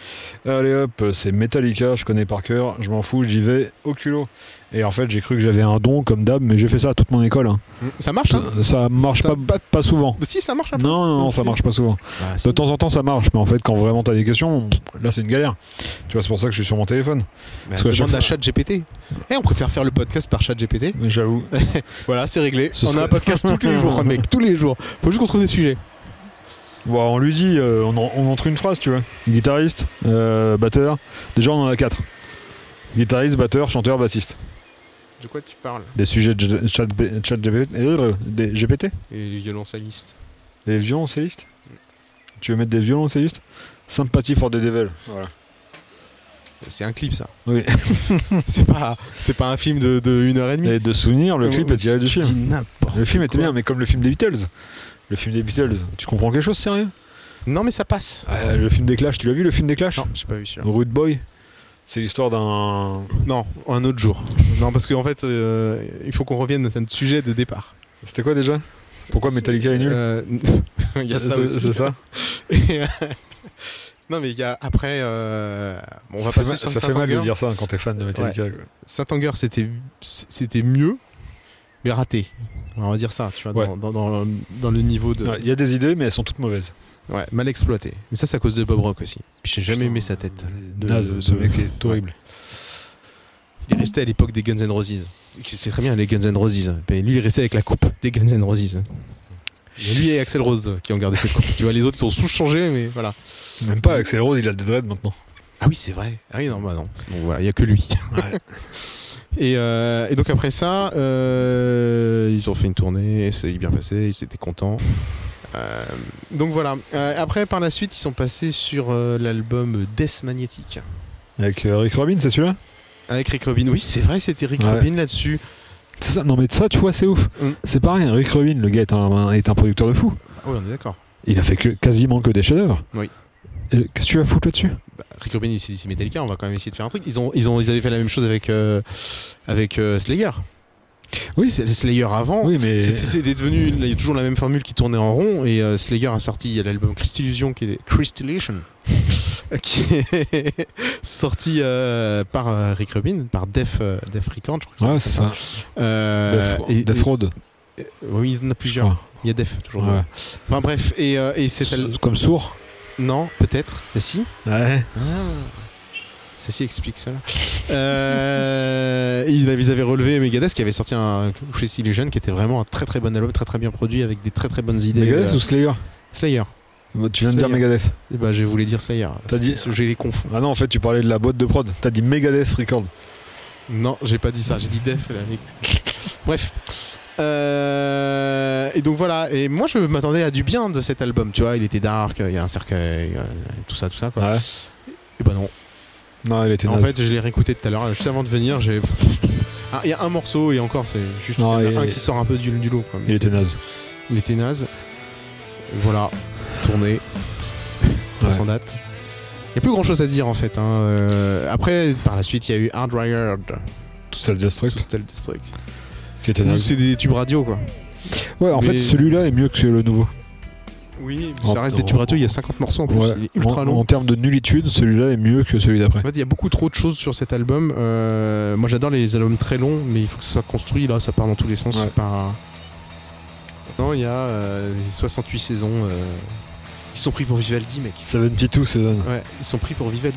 Speaker 1: allez hop, c'est Metallica, je connais par cœur, je m'en fous, j'y vais au culot. Et en fait, j'ai cru que j'avais un don comme d'hab, mais j'ai fait ça à toute mon école. hein.
Speaker 4: Ça marche hein
Speaker 1: Ça marche
Speaker 4: Ça
Speaker 1: pas,
Speaker 4: bat-
Speaker 1: pas souvent.
Speaker 4: Si, ça marche hein. un peu.
Speaker 1: Non, non, non,
Speaker 4: Non,
Speaker 1: ça
Speaker 4: si.
Speaker 1: marche pas souvent.
Speaker 4: Bah, si.
Speaker 1: De temps en temps, ça marche, mais en fait, quand vraiment t'as des questions, là, c'est une galère. Tu vois, c'est pour ça que je suis sur mon téléphone.
Speaker 4: Bah,
Speaker 1: parce que à chaque
Speaker 4: demande à
Speaker 1: fois-
Speaker 4: ChatGPT. Eh, on préfère faire le podcast par ChatGPT.
Speaker 1: Mais J'avoue.
Speaker 4: Voilà, c'est réglé.
Speaker 1: Ce
Speaker 4: on
Speaker 1: serait-
Speaker 4: a un podcast tous les jours, mec, tous les jours. Faut juste qu'on trouve des sujets.
Speaker 1: Bon, on lui dit, euh, on, en- on entre une phrase, tu vois. Guitariste, euh, batteur. Déjà, on en a quatre. Guitariste, batteur, chanteur, bassiste.
Speaker 4: De quoi tu parles
Speaker 1: Des sujets de chat, chat euh, des GPT
Speaker 4: Et les violoncalistes.
Speaker 1: Des violoncellistes Tu veux mettre des violoncellistes Sympathie for the devil. Voilà.
Speaker 4: C'est un clip, ça.
Speaker 1: Oui.
Speaker 4: c'est pas, c'est pas un film de, de une heure et demie.
Speaker 1: Et de souvenirs, le clip est tiré du
Speaker 4: Tu
Speaker 1: film.
Speaker 4: dis n'importe
Speaker 1: Le film était
Speaker 4: quoi.
Speaker 1: bien, mais comme le film des Beatles. Le film des Beatles, tu comprends quelque chose, sérieux
Speaker 4: Non, mais ça passe.
Speaker 1: Euh, Le film des Clash, tu l'as vu le film des Clash
Speaker 4: Non, j'ai pas vu celui-là.
Speaker 1: Rude Boy C'est l'histoire d'un.
Speaker 4: Non, un autre jour. non, parce qu'en fait, euh, il faut qu'on revienne à notre sujet de départ.
Speaker 1: C'était quoi déjà Pourquoi Metallica est nul
Speaker 4: Euh, Il y a ça
Speaker 1: C'est-
Speaker 4: aussi.
Speaker 1: C'est ça
Speaker 4: Et, euh, non, mais il y a après. euh, bon, on
Speaker 1: ça
Speaker 4: va
Speaker 1: fait,
Speaker 4: passer
Speaker 1: mal,
Speaker 4: sur
Speaker 1: ça fait mal de
Speaker 4: Saint-Anger.
Speaker 1: dire ça quand t'es fan de Metallica. quoi.
Speaker 4: Saint-Anger, c'était c'était mieux, mais raté. On va dire ça, tu vois,
Speaker 1: Ouais.
Speaker 4: dans, dans- dans- dans le niveau de.
Speaker 1: Ouais, Il y a des idées, mais elles sont toutes mauvaises.
Speaker 4: Ouais, mal exploité. Mais ça, c'est à cause de Bob Rock aussi. Puis j'ai jamais aimé sa tête. De-
Speaker 1: Naze,
Speaker 4: de-
Speaker 1: ce mec est horrible.
Speaker 4: Il est resté à l'époque des Guns N' Roses. Et C'est très bien, les Guns N' Roses. Mais lui, il est resté avec la coupe des Guns N' Roses. Et lui et Axel Rose qui ont gardé cette coupe. tu vois, les autres sont sous-changés, mais voilà.
Speaker 1: Même pas Axel Rose, il a des dreads maintenant.
Speaker 4: Ah oui, c'est vrai. Ah oui, non, bah non. Bon, voilà, il n'y a que lui.
Speaker 1: Ouais.
Speaker 4: Et, euh, et donc après ça, euh, ils ont fait une tournée, ça s'est bien passé, ils étaient contents. Euh, donc voilà. Euh, après, par la suite, ils sont passés sur euh, l'album Death Magnétique.
Speaker 1: Avec euh, Rick Rubin, c'est celui-là
Speaker 4: Avec Rick Rubin. Oui, c'est vrai, c'était Rick
Speaker 1: Ouais.
Speaker 4: Rubin là-dessus.
Speaker 1: C'est ça. Non, mais ça, tu vois, c'est ouf.
Speaker 4: Mm.
Speaker 1: C'est pas rien. Rick Rubin, le gars est un, un- est un producteur de fou.
Speaker 4: Ah oui, on est d'accord.
Speaker 1: Il a fait que, quasiment que des chefs-d'œuvre.
Speaker 4: Oui.
Speaker 1: Et Qu'est-ce que tu vas foutre là-dessus
Speaker 4: Bah, Rick Rubin, il s'est dit, c'est Metallica, on va quand même essayer de faire un truc. Ils, ont, ils, ont, ils avaient fait la même chose avec, euh, avec euh, Slayer.
Speaker 1: Oui.
Speaker 4: C'est- c'est Slayer avant.
Speaker 1: Oui, mais.
Speaker 4: C'était c'était devenu, il y a toujours la même formule qui tournait en rond et euh, Slayer a sorti l'album Crystallusion qui est Crystallation qui est sorti euh, par euh, Rick Rubin, par Def euh, Def Recant, je crois. que
Speaker 1: Ouais,
Speaker 4: s'appelle
Speaker 1: c'est ça.
Speaker 4: Euh,
Speaker 1: Death,
Speaker 4: et-
Speaker 1: Death
Speaker 4: et-
Speaker 1: Road.
Speaker 4: oui, il y en a plusieurs. Il y a Def toujours.
Speaker 1: Ouais.
Speaker 4: Enfin bref, et, euh, et c'est
Speaker 1: S- Comme sourd.
Speaker 4: non peut-être, Mais si.
Speaker 1: Ouais.
Speaker 4: Ceci explique cela. Euh, ils, avaient, ils avaient relevé Megadeth qui avait sorti un Crystallusion qui était vraiment un très très bon album, très très bien produit avec des très très bonnes idées.
Speaker 1: Megadeth
Speaker 4: euh,
Speaker 1: ou Slayer
Speaker 4: Slayer.
Speaker 1: Bah, Tu viens de dire
Speaker 4: Slayer.
Speaker 1: Megadeth.
Speaker 4: Eh ben, je voulais dire Slayer.
Speaker 1: T'as dit-
Speaker 4: Parce que Je les confonds.
Speaker 1: Ah non, en fait, tu parlais de la boîte de prod. T'as dit Megadeth Record.
Speaker 4: Non, j'ai pas dit ça. J'ai dit Def. là, mais- Bref. Euh, et donc voilà. Et moi, je m'attendais à du bien de cet album. Tu vois, il était dark. Il y a un cercueil. euh, Tout ça, tout ça. Quoi.
Speaker 1: Ouais.
Speaker 4: Et ben non.
Speaker 1: Ah, eh Non, elle était
Speaker 4: En
Speaker 1: naze.
Speaker 4: fait, je l'ai réécouté tout à l'heure. Juste avant de venir, j'ai. Ah, Il y a un morceau et encore, c'est juste
Speaker 1: Non,
Speaker 4: il y en a
Speaker 1: il-
Speaker 4: un qui sort un peu du, du lot. quoi, mais
Speaker 1: il était
Speaker 4: c'est-
Speaker 1: naze.
Speaker 4: il était naze. Voilà. Tournée.
Speaker 1: Ouais.
Speaker 4: sans date. Il n'y a plus grand chose à dire en fait. hein. Euh, après, par la suite, il y a eu Hard Wired.
Speaker 1: Tout self-destruct.
Speaker 4: Total Destruct.
Speaker 1: Qui était
Speaker 4: Nous,
Speaker 1: naze.
Speaker 4: c'est des tubes radio, quoi.
Speaker 1: Ouais, en fait,
Speaker 4: mais-
Speaker 1: celui-là est mieux que le nouveau.
Speaker 4: Oui,
Speaker 1: En-
Speaker 4: ça reste des tubes radio, il y a 50 morceaux en plus.
Speaker 1: Ouais.
Speaker 4: Il est ultra
Speaker 1: en,
Speaker 4: long.
Speaker 1: en termes de nullitude, celui-là est mieux que celui d'après.
Speaker 4: En fait, il y a beaucoup trop de choses sur cet album. Euh, moi, j'adore les albums très longs, mais il faut que ça soit construit. Là, ça part dans tous les sens.
Speaker 1: Ouais.
Speaker 4: c'est pas- Non, il y a euh, 68 saisons. euh, Ils sont pris pour Vivaldi, mec.
Speaker 1: 72 saison.
Speaker 4: Ouais, ils sont pris pour Vivaldi.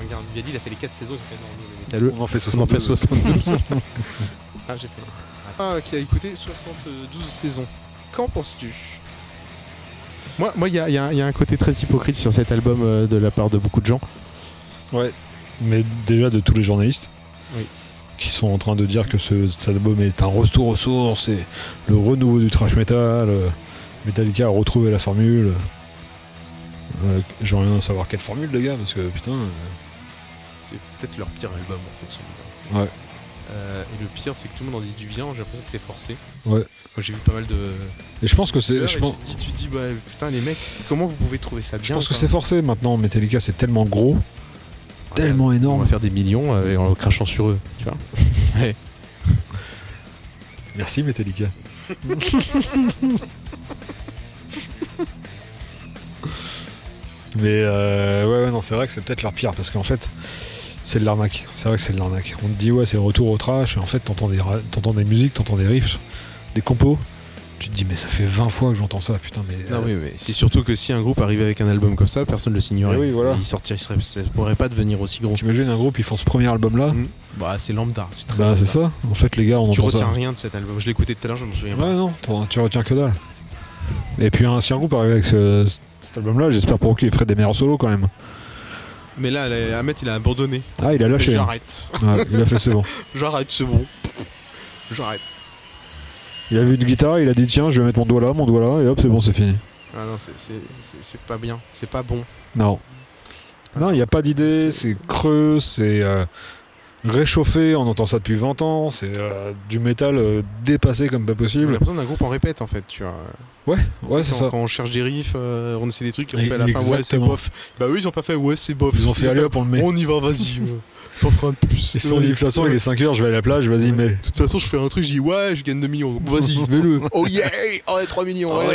Speaker 4: Regarde, Vivaldi, il a fait les 4 saisons. Il fait non,
Speaker 1: On en fait
Speaker 4: On en fait
Speaker 1: 72.
Speaker 4: 72. ah, j'ai fait. Ah, qui a écouté 72 saisons. Qu'en penses-tu Moi, moi, il y, a- il y a un- il y a un côté très hypocrite sur cet album euh, de la part de beaucoup de gens.
Speaker 1: Mais déjà de tous les journalistes
Speaker 4: Oui.
Speaker 1: qui sont en train de dire que ce, cet album est un retour aux sources et le renouveau du thrash metal. euh, Metallica a retrouvé la formule. Euh, J'aimerais bien savoir quelle formule, les gars, parce que putain. euh,
Speaker 4: C'est peut-être leur pire album, en fait.
Speaker 1: Ouais.
Speaker 4: Euh, et le pire, c'est que tout le monde en dit du bien. J'ai l'impression que c'est forcé.
Speaker 1: Ouais.
Speaker 4: Moi, j'ai vu pas mal de.
Speaker 1: Et je pense que c'est. Je
Speaker 4: tu
Speaker 1: pense,
Speaker 4: dis, tu dis, bah putain, les mecs, comment vous pouvez trouver ça bien
Speaker 1: je pense que c'est forcé maintenant. Metallica, c'est tellement gros, tellement
Speaker 4: On
Speaker 1: énorme.
Speaker 4: va faire des millions euh, en crachant sur eux, tu vois.
Speaker 1: Merci Metallica. Mais euh, ouais, ouais, non, c'est vrai que c'est peut-être leur pire parce qu'en fait, c'est de l'arnaque. C'est vrai que c'est de l'arnaque. On te dit, ouais, c'est le retour au trash. Et en fait, t'entends des, ra- t'entends des musiques, t'entends des riffs, des compos. Tu te dis, mais ça fait 20 fois que j'entends ça, putain, mais.
Speaker 4: Non,
Speaker 1: euh,
Speaker 4: Ah oui, mais c'est surtout que si un groupe arrivait avec un album comme ça, personne ne le signerait.
Speaker 1: Eh oui, voilà.
Speaker 4: Il sortirait, il serait- ça pourrait pas devenir aussi gros.
Speaker 1: T'imagines un groupe, ils font ce premier album là.
Speaker 4: Mm. Bah, c'est lambda. C'est très
Speaker 1: Bah,
Speaker 4: lambda.
Speaker 1: c'est ça. En fait, les gars, on
Speaker 4: Tu
Speaker 1: entend
Speaker 4: retiens
Speaker 1: ça.
Speaker 4: rien de cet album. Je l'écoutais tout à l'heure, je me souviens.
Speaker 1: Ouais, non, t'en- tu retiens que dalle. Et puis, un, si un groupe arrive avec ce- cet album là, j'espère pour eux qu'il ferait des meilleurs solos quand même.
Speaker 4: Mais là, les- Ahmet, il a abandonné.
Speaker 1: Ah, il a lâché. hein.
Speaker 4: J'arrête.
Speaker 1: Ouais, il a fait c'est bon.
Speaker 4: J'arrête, c'est bon. J'arrête.
Speaker 1: Il a vu une guitare, il a dit tiens, je vais mettre mon doigt là, mon doigt là, et hop, c'est bon, c'est fini.
Speaker 4: Ah non, c'est- c'est c'est- c'est pas bien. C'est pas bon.
Speaker 1: Non. Non, il n'y a pas d'idée, c'est creux, c'est. euh, réchauffé, on entend ça depuis 20 ans, c'est euh, du métal euh, dépassé comme pas
Speaker 4: J'ai
Speaker 1: possible.
Speaker 4: l'impression d'un groupe en répète en fait, tu vois.
Speaker 1: Ouais, ouais,
Speaker 4: Tu
Speaker 1: c'est
Speaker 4: sais, quand,
Speaker 1: ça.
Speaker 4: quand on cherche des riffs, euh, on essaie des trucs, et on
Speaker 1: Et-
Speaker 4: fait à la fin, ouais, c'est
Speaker 1: exactement.
Speaker 4: bof. Bah eux, ils ont pas fait, ouais, c'est bof.
Speaker 1: Ils ont fait allez hop, on le met.
Speaker 4: On y va, vas-y. euh, Sans frein de plus.
Speaker 1: Ils se sont dit, de toute façon, il est 5h, je vais à la plage, vas-y, mais.
Speaker 4: De toute façon, je fais un truc, je dis ouais, je gagne 2 millions. Vas-y, mets-le. Oh yeah Oh, 3 millions voilà.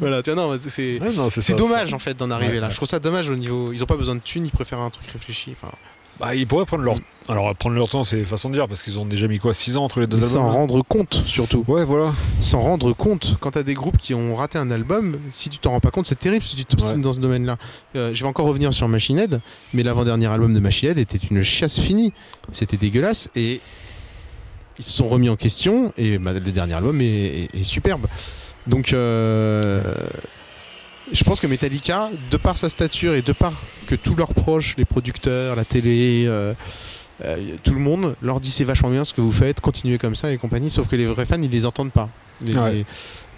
Speaker 4: Voilà, tu vois, non, c'est- c'est.
Speaker 1: Ouais, non,
Speaker 4: C'est
Speaker 1: ça,
Speaker 4: dommage en fait d'en arriver
Speaker 1: Ouais,
Speaker 4: là.
Speaker 1: ouais.
Speaker 4: Je trouve ça dommage au niveau. Ils ont pas besoin de thunes, ils préfèrent un truc réfléchi. Enfin,
Speaker 1: Bah, ils pourraient prendre leur. Alors, prendre leur temps, c'est façon de dire, parce qu'ils ont déjà mis quoi 6 ans entre les deux
Speaker 4: Mais
Speaker 1: albums
Speaker 4: s'en
Speaker 1: là
Speaker 4: rendre compte surtout.
Speaker 1: Ouais, voilà.
Speaker 4: S'en rendre compte. Quand t'as des groupes qui ont raté un album, si tu t'en rends pas compte, c'est terrible si tu t'obstines
Speaker 1: Ouais.
Speaker 4: dans ce domaine-là. Euh, je vais encore revenir sur Machine Head, mais l'avant-dernier album de Machine Head était une chasse finie. C'était dégueulasse et ils se sont remis en question et bah, le dernier album est, est- est superbe. Donc euh, je pense que Metallica, de par sa stature et de par que tous leurs proches, les producteurs, la télé, euh, euh, tout le monde, leur dit c'est vachement bien ce que vous faites, continuez comme ça et compagnie, sauf que les vrais fans, ils les entendent pas. Les-
Speaker 1: Ouais.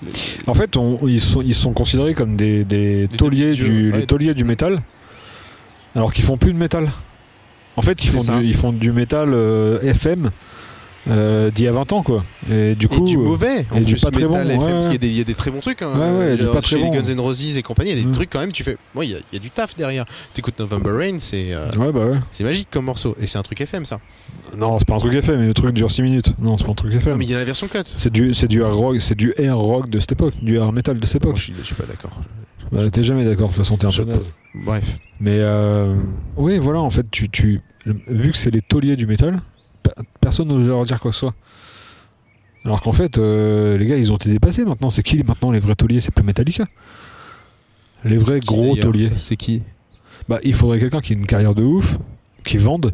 Speaker 4: les-
Speaker 1: En fait, on- ils, sont, ils sont considérés comme des, des
Speaker 4: Des
Speaker 1: tauliers,
Speaker 4: dieux,
Speaker 1: du,
Speaker 4: ouais.
Speaker 1: les tauliers du métal, alors qu'ils font plus de métal. En fait, ils,
Speaker 4: C'est
Speaker 1: font
Speaker 4: ça.
Speaker 1: du, ils font du métal euh, FM euh, d'il y a 20 ans, quoi. Et du
Speaker 4: et
Speaker 1: coup.
Speaker 4: du
Speaker 1: euh,
Speaker 4: mauvais, en
Speaker 1: et du
Speaker 4: plus,
Speaker 1: pas très
Speaker 4: Metal
Speaker 1: bon,
Speaker 4: FM,
Speaker 1: ouais,
Speaker 4: parce
Speaker 1: ouais.
Speaker 4: qu'il y a des- il y, a des très bons trucs. hein,
Speaker 1: Ouais, ouais,
Speaker 4: euh,
Speaker 1: du
Speaker 4: genre
Speaker 1: pas très
Speaker 4: chez les
Speaker 1: bon.
Speaker 4: Guns N' Roses et compagnie, il y a des
Speaker 1: Mm.
Speaker 4: trucs quand même, tu fais. Moi, il y, a- il y a du taf derrière. T'écoutes November Rain, c'est euh,
Speaker 1: Ouais, bah ouais.
Speaker 4: c'est magique comme morceau. Et c'est un truc FM,
Speaker 1: Mm.
Speaker 4: ça.
Speaker 1: Non, c'est pas un truc FM, mais le truc dure 6 minutes. Non, c'est pas un truc
Speaker 4: Non,
Speaker 1: FM.
Speaker 4: mais il y a la version cut.
Speaker 1: C'est du, c'est du hard rock, c'est du air rock de cette époque, du air metal de cette
Speaker 4: Moi,
Speaker 1: époque.
Speaker 4: je, suis, je suis pas d'accord.
Speaker 1: Bah, t'es jamais d'accord, de toute façon, t'es Oh. un
Speaker 4: Je-
Speaker 1: peu naze.
Speaker 4: Bref.
Speaker 1: Mais euh, oui, voilà, en fait, tu, tu, le- vu que c'est les tauliers du métal, pe- personne n'ose leur dire quoi que ce soit. Alors qu'en fait, euh, les gars, ils ont été dépassés maintenant. C'est qui maintenant les vrais tauliers C'est plus Metallica. Les vrais
Speaker 4: Qui, hein?
Speaker 1: gros
Speaker 4: d'ailleurs,
Speaker 1: tauliers.
Speaker 4: C'est qui
Speaker 1: Bah, il faudrait quelqu'un qui ait une carrière de ouf, qui vende.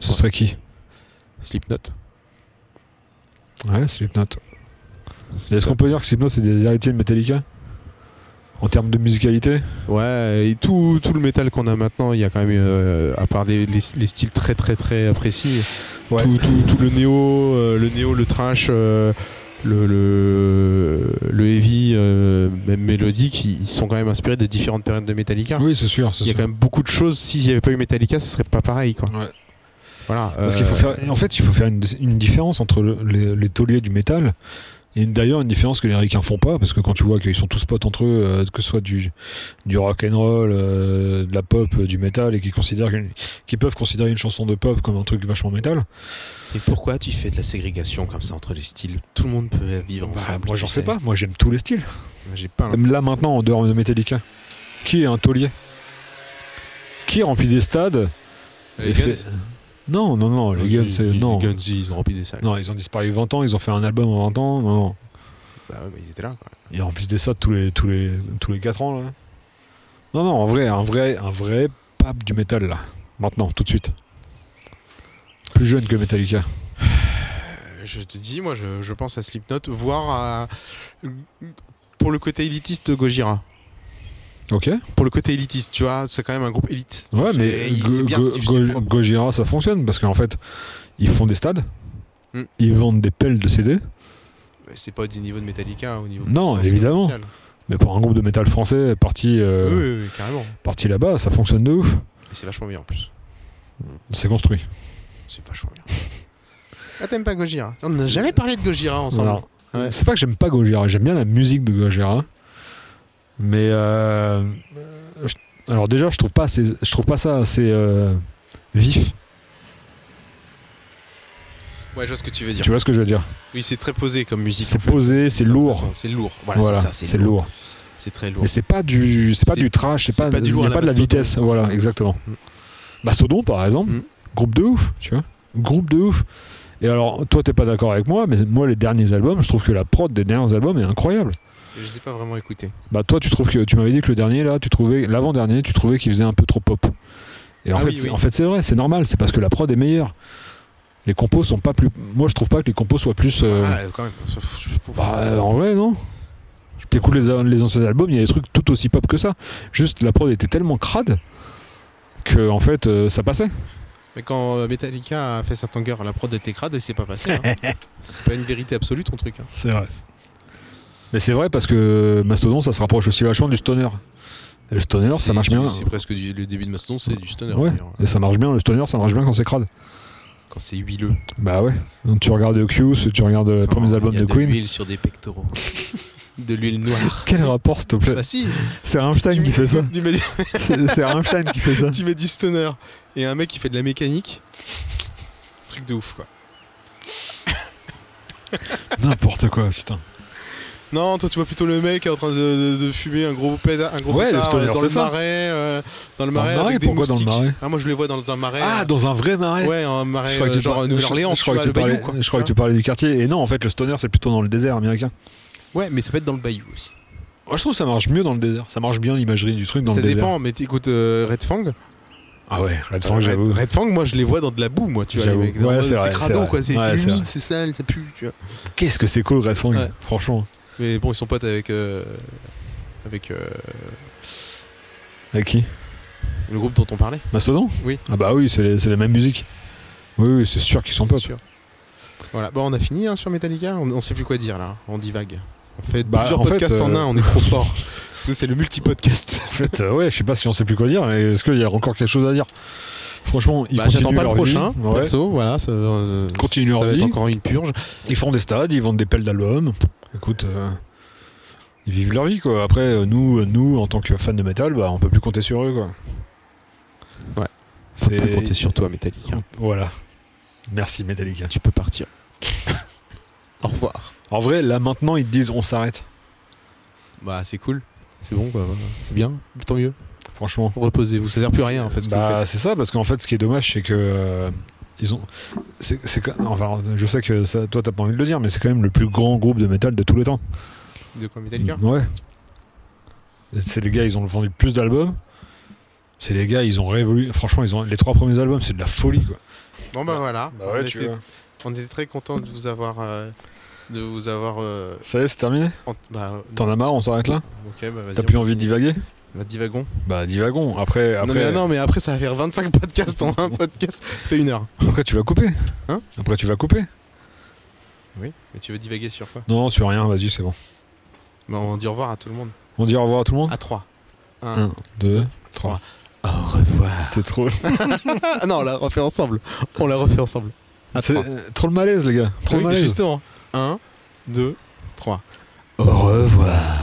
Speaker 1: Ce serait qui
Speaker 4: Slipknot.
Speaker 1: Ouais, Slipknot. Est-ce qu'on peut dire que Slipknot, c'est des héritiers de Metallica En termes de musicalité
Speaker 4: Ouais, et tout, tout le métal qu'on a maintenant, il y a quand même, euh, à part les, les- les styles très très très appréciés,
Speaker 1: Ouais.
Speaker 4: tout, tout- tout le néo, euh, le néo, le trash, euh, le, le, le heavy, euh, même mélodique, ils ils sont quand même inspirés des différentes périodes de Metallica.
Speaker 1: Oui, c'est sûr. c'est
Speaker 4: Il y a
Speaker 1: sûr.
Speaker 4: quand même beaucoup de choses. S'il n'y avait pas eu Metallica, ce serait pas pareil, quoi.
Speaker 1: Ouais.
Speaker 4: Voilà.
Speaker 1: Parce qu'il
Speaker 4: euh,
Speaker 1: faut faire, en fait, il faut faire une, une différence entre le- les, les tauliers du métal et d'ailleurs une différence que les Américains font pas, parce que quand tu vois qu'ils sont tous potes entre eux, euh, que ce soit du du rock and roll, euh, de la pop, euh, du métal, et qu'ils considèrent qu'une- qu'ils peuvent considérer une chanson de pop comme un truc vachement métal.
Speaker 4: Et pourquoi tu fais de la ségrégation comme ça entre les styles Tout le monde peut vivre
Speaker 1: Bah,
Speaker 4: ensemble.
Speaker 1: moi, j'en
Speaker 4: tu
Speaker 1: sais pas. Moi, j'aime tous les styles.
Speaker 4: J'ai pas. un-
Speaker 1: Là maintenant, en dehors de Metallica, qui est un taulier Qui remplit des stades
Speaker 4: Les
Speaker 1: et
Speaker 4: Guns
Speaker 1: fait- Non, non, non. Les Guns, Bah, c'est-
Speaker 4: Les
Speaker 1: non.
Speaker 4: Guns, ils ont rempli des salles.
Speaker 1: Non, ils ont disparu 20 ans, ils ont fait un album en 20 ans. Non, non.
Speaker 4: Bah ouais, mais ils étaient là. quoi.
Speaker 1: Ils remplissent des salles tous les tous les tous les quatre ans là. Non non en vrai un vrai un vrai pape du métal là maintenant tout de suite. Plus jeune que Metallica.
Speaker 4: Euh, Je te dis, moi, je, je pense à Slipknot, voire à. Pour le côté élitiste, Gojira.
Speaker 1: Ok.
Speaker 4: Pour le côté élitiste, tu vois, c'est quand même un groupe élite.
Speaker 1: Ouais
Speaker 4: C'est-
Speaker 1: mais
Speaker 4: il
Speaker 1: Go-
Speaker 4: sait bien ce
Speaker 1: Go-
Speaker 4: qu'il
Speaker 1: Go-
Speaker 4: fait.
Speaker 1: Gojira ça fonctionne parce qu'en fait ils font des stades.
Speaker 4: Mm.
Speaker 1: Ils vendent des pelles de CD,
Speaker 4: Mais C'est pas du niveau de Metallica, au niveau.
Speaker 1: Non,
Speaker 4: puissance
Speaker 1: évidemment.
Speaker 4: commerciale.
Speaker 1: mais pour un groupe de métal français parti, euh,
Speaker 4: Oui, oui, oui, carrément.
Speaker 1: parti là-bas, ça fonctionne de ouf.
Speaker 4: Et c'est vachement bien en plus.
Speaker 1: C'est construit.
Speaker 4: C'est vachement bien. Ah, t'aimes pas Gojira On n'a jamais parlé de Gojira ensemble.
Speaker 1: Alors,
Speaker 4: Ouais.
Speaker 1: C'est pas que j'aime pas Gojira, j'aime bien la musique de Gojira. Mais euh, je- alors déjà, je trouve pas assez- je trouve pas ça assez euh, vif.
Speaker 4: Ouais, je vois ce que tu veux dire.
Speaker 1: Tu vois ce que je veux dire
Speaker 4: Oui, c'est très posé comme musique. en
Speaker 1: C'est
Speaker 4: fait.
Speaker 1: posé, c'est
Speaker 4: Ça, de toute
Speaker 1: lourd.
Speaker 4: façon, C'est lourd. Voilà,
Speaker 1: Voilà,
Speaker 4: c'est ça,
Speaker 1: c'est lourd.
Speaker 4: C'est très
Speaker 1: Mais
Speaker 4: lourd.
Speaker 1: c'est pas du, c'est pas
Speaker 4: C'est-
Speaker 1: du trash, c'est
Speaker 4: c'est
Speaker 1: pas,
Speaker 4: pas du
Speaker 1: il y
Speaker 4: lourd
Speaker 1: a
Speaker 4: à la
Speaker 1: pas de la
Speaker 4: Mastodon.
Speaker 1: vitesse. Voilà, exactement.
Speaker 4: Mm.
Speaker 1: Mastodon, par exemple,
Speaker 4: Mm.
Speaker 1: groupe de ouf, tu vois, groupe de ouf. Et alors, toi, t'es pas d'accord avec moi, mais moi, les derniers albums, je trouve que la prod des derniers albums est incroyable.
Speaker 4: Je les ai pas vraiment écoutés.
Speaker 1: Bah toi tu trouves que tu m'avais dit que le dernier là, tu trouvais l'avant-dernier, tu trouvais qu'il faisait un peu trop pop. Et en
Speaker 4: Ah
Speaker 1: fait,
Speaker 4: oui,
Speaker 1: c'est-
Speaker 4: oui.
Speaker 1: en fait c'est vrai, c'est normal, c'est parce que la prod est meilleure. Les compos sont pas plus moi je trouve pas que les compos soient plus euh,
Speaker 4: Ah, quand même.
Speaker 1: bah, euh, en vrai non. T'écoutes les, les anciens albums, il y a des trucs tout aussi pop que ça. Juste la prod était tellement crade que en fait euh, ça passait.
Speaker 4: Mais quand euh, Metallica a fait Satanger, la prod était crade et c'est pas passé. hein. c'est pas une vérité absolue ton truc. hein.
Speaker 1: C'est vrai. Mais c'est vrai parce que Mastodon ça se rapproche aussi vachement du stoner. Et le stoner, ça
Speaker 4: C'est-
Speaker 1: marche bien.
Speaker 4: C'est presque du- le début de Mastodon, c'est du stoner.
Speaker 1: Ouais,
Speaker 4: d'ailleurs. hein.
Speaker 1: et ça marche bien. Le stoner, ça marche bien quand c'est crade.
Speaker 4: Quand c'est huileux.
Speaker 1: Bah ouais. Donc, tu regardes Oculus, tu regardes euh, les
Speaker 4: Quand
Speaker 1: premiers albums
Speaker 4: il y a
Speaker 1: de Queen.
Speaker 4: De l'huile sur des pectoraux. de l'huile noire.
Speaker 1: Quel rapport, s'il te plaît
Speaker 4: Bah si
Speaker 1: C'est Einstein qui fait ça.
Speaker 4: tu mets, du-
Speaker 1: C'est c'est Einstein qui fait ça.
Speaker 4: tu mets du stoner et un mec qui fait de la mécanique. Truc de ouf quoi.
Speaker 1: N'importe quoi, putain.
Speaker 4: Non, toi tu vois plutôt le mec en train de, de- de fumer un gros pétard, un gros
Speaker 1: Ouais, le
Speaker 4: pétard,
Speaker 1: stoner,
Speaker 4: euh, dans,
Speaker 1: c'est
Speaker 4: le
Speaker 1: ça.
Speaker 4: marais, euh, dans le marais,
Speaker 1: le marais,
Speaker 4: avec des
Speaker 1: pourquoi dans le
Speaker 4: moustiques.
Speaker 1: marais
Speaker 4: ah, moi je les vois dans un marais.
Speaker 1: Ah,
Speaker 4: euh,
Speaker 1: dans un vrai marais
Speaker 4: Ouais, un marais
Speaker 1: Je crois que
Speaker 4: euh,
Speaker 1: tu
Speaker 4: genre
Speaker 1: parlais-
Speaker 4: Nouvelle-Orléans,
Speaker 1: je crois que
Speaker 4: tu
Speaker 1: tu
Speaker 4: vois, le
Speaker 1: parlais-
Speaker 4: bayou, quoi.
Speaker 1: je crois que tu parlais du quartier. Et non, en fait, le stoner, c'est plutôt dans le désert américain.
Speaker 4: Ouais, mais ça peut être dans le bayou aussi.
Speaker 1: Moi, je trouve que ça marche mieux dans le désert. Ça marche bien l'imagerie du truc dans
Speaker 4: ça
Speaker 1: le désert.
Speaker 4: dépend, mais écoute, euh, Red Fang,
Speaker 1: Ah ouais, là
Speaker 4: Red,
Speaker 1: j'avoue.
Speaker 4: Red Fang, moi je les vois dans de la boue, moi, tu vois, les
Speaker 1: J'avoue.
Speaker 4: mecs. Dans-
Speaker 1: Ouais, c'est vrai,
Speaker 4: c'est
Speaker 1: c'est
Speaker 4: crado,
Speaker 1: vrai.
Speaker 4: quoi, c'est
Speaker 1: Ouais,
Speaker 4: c'est
Speaker 1: c'est
Speaker 4: humide, c'est sale, ça pue, tu vois.
Speaker 1: Qu'est-ce que c'est cool, Red Fang,
Speaker 4: Ouais.
Speaker 1: franchement.
Speaker 4: Mais bon, ils sont potes avec. euh, avec euh,
Speaker 1: Avec qui
Speaker 4: le groupe dont on parlait.
Speaker 1: Mastodon
Speaker 4: Oui.
Speaker 1: Ah bah oui, c'est les, c'est les mêmes musiques. Oui, oui, c'est sûr qu'ils sont
Speaker 4: c'est
Speaker 1: potes.
Speaker 4: sûr. Voilà, bon, on a fini hein, sur Metallica, on, on sait plus quoi dire là, on divague. On fait
Speaker 1: Bah,
Speaker 4: plusieurs
Speaker 1: en fait,
Speaker 4: podcasts en
Speaker 1: euh,
Speaker 4: un, on est trop fort. Nous, c'est le multi-podcast.
Speaker 1: En fait, euh, ouais, je sais pas si on sait plus quoi dire, mais est-ce qu'il y a encore quelque chose à dire Franchement, ils
Speaker 4: Bah, J'attends
Speaker 1: continuent
Speaker 4: pas le
Speaker 1: leur
Speaker 4: prochain,
Speaker 1: vie. Ouais.
Speaker 4: perso, voilà, ça, euh,
Speaker 1: Continue
Speaker 4: ça
Speaker 1: leur
Speaker 4: va être
Speaker 1: vie.
Speaker 4: encore une purge.
Speaker 1: Ils font des stades, ils vendent des pelles d'albums. Écoute, euh, ils vivent leur vie, quoi. Après, euh, nous, euh, nous, en tant que fans de métal, bah, on peut plus compter sur eux, quoi.
Speaker 4: Ouais.
Speaker 1: C'est...
Speaker 4: Je peux compter sur toi, Metallica.
Speaker 1: Voilà. Merci, Metallica.
Speaker 4: Tu peux partir. Au revoir.
Speaker 1: En vrai, là, maintenant, ils te disent on s'arrête.
Speaker 4: Bah c'est cool, c'est bon quoi, c'est bien, tant mieux.
Speaker 1: Franchement.
Speaker 4: Reposez-vous, ça sert plus à rien en fait. ce que vous
Speaker 1: Bah, c'est ça, parce qu'en fait, ce qui est dommage, c'est que. euh, ils ont. C'est, c'est quand- Enfin, je sais que ça, toi, t'as pas envie de le dire, mais c'est quand même le plus grand groupe de métal de tous les temps.
Speaker 4: faites. De quoi Metallica
Speaker 1: Ouais. C'est les gars, ils ont vendu le plus d'albums. C'est les gars, ils ont révolu. Franchement, ils ont les trois premiers albums, c'est de la folie quoi.
Speaker 4: Bon bah voilà, on, était,
Speaker 1: vois.
Speaker 4: on était très content de vous avoir... euh, de vous avoir... euh,
Speaker 1: Ça y est, c'est terminé.
Speaker 4: en- bah,
Speaker 1: T'en as marre, on s'arrête là.
Speaker 4: ok, bah vas-y.
Speaker 1: T'as
Speaker 4: on
Speaker 1: plus envie de
Speaker 4: continue.
Speaker 1: divaguer
Speaker 4: Bah divagons.
Speaker 1: Bah divagons. Après,
Speaker 4: Non,
Speaker 1: après,
Speaker 4: mais, non mais après ça va faire 25 podcasts en un podcast, ça fait une heure.
Speaker 1: après, tu vas couper.
Speaker 4: Hein
Speaker 1: après, tu vas couper.
Speaker 4: Oui, mais tu veux divaguer sur quoi
Speaker 1: Non, sur rien. Vas-y, c'est bon.
Speaker 4: bah, On dit au revoir à tout le monde.
Speaker 1: On dit au revoir à tout le monde.
Speaker 4: À 3.
Speaker 1: Un, deux,
Speaker 4: deux,
Speaker 1: trois.
Speaker 4: Au revoir.
Speaker 1: T'es trop.
Speaker 4: Ah non, on l'a refait ensemble. On l'a refait ensemble. À
Speaker 1: C'est
Speaker 4: trois.
Speaker 1: euh, trop le malaise, les gars. Trop
Speaker 4: Oui,
Speaker 1: le malaise.
Speaker 4: Justement. 1, 2, 3.
Speaker 1: Au revoir.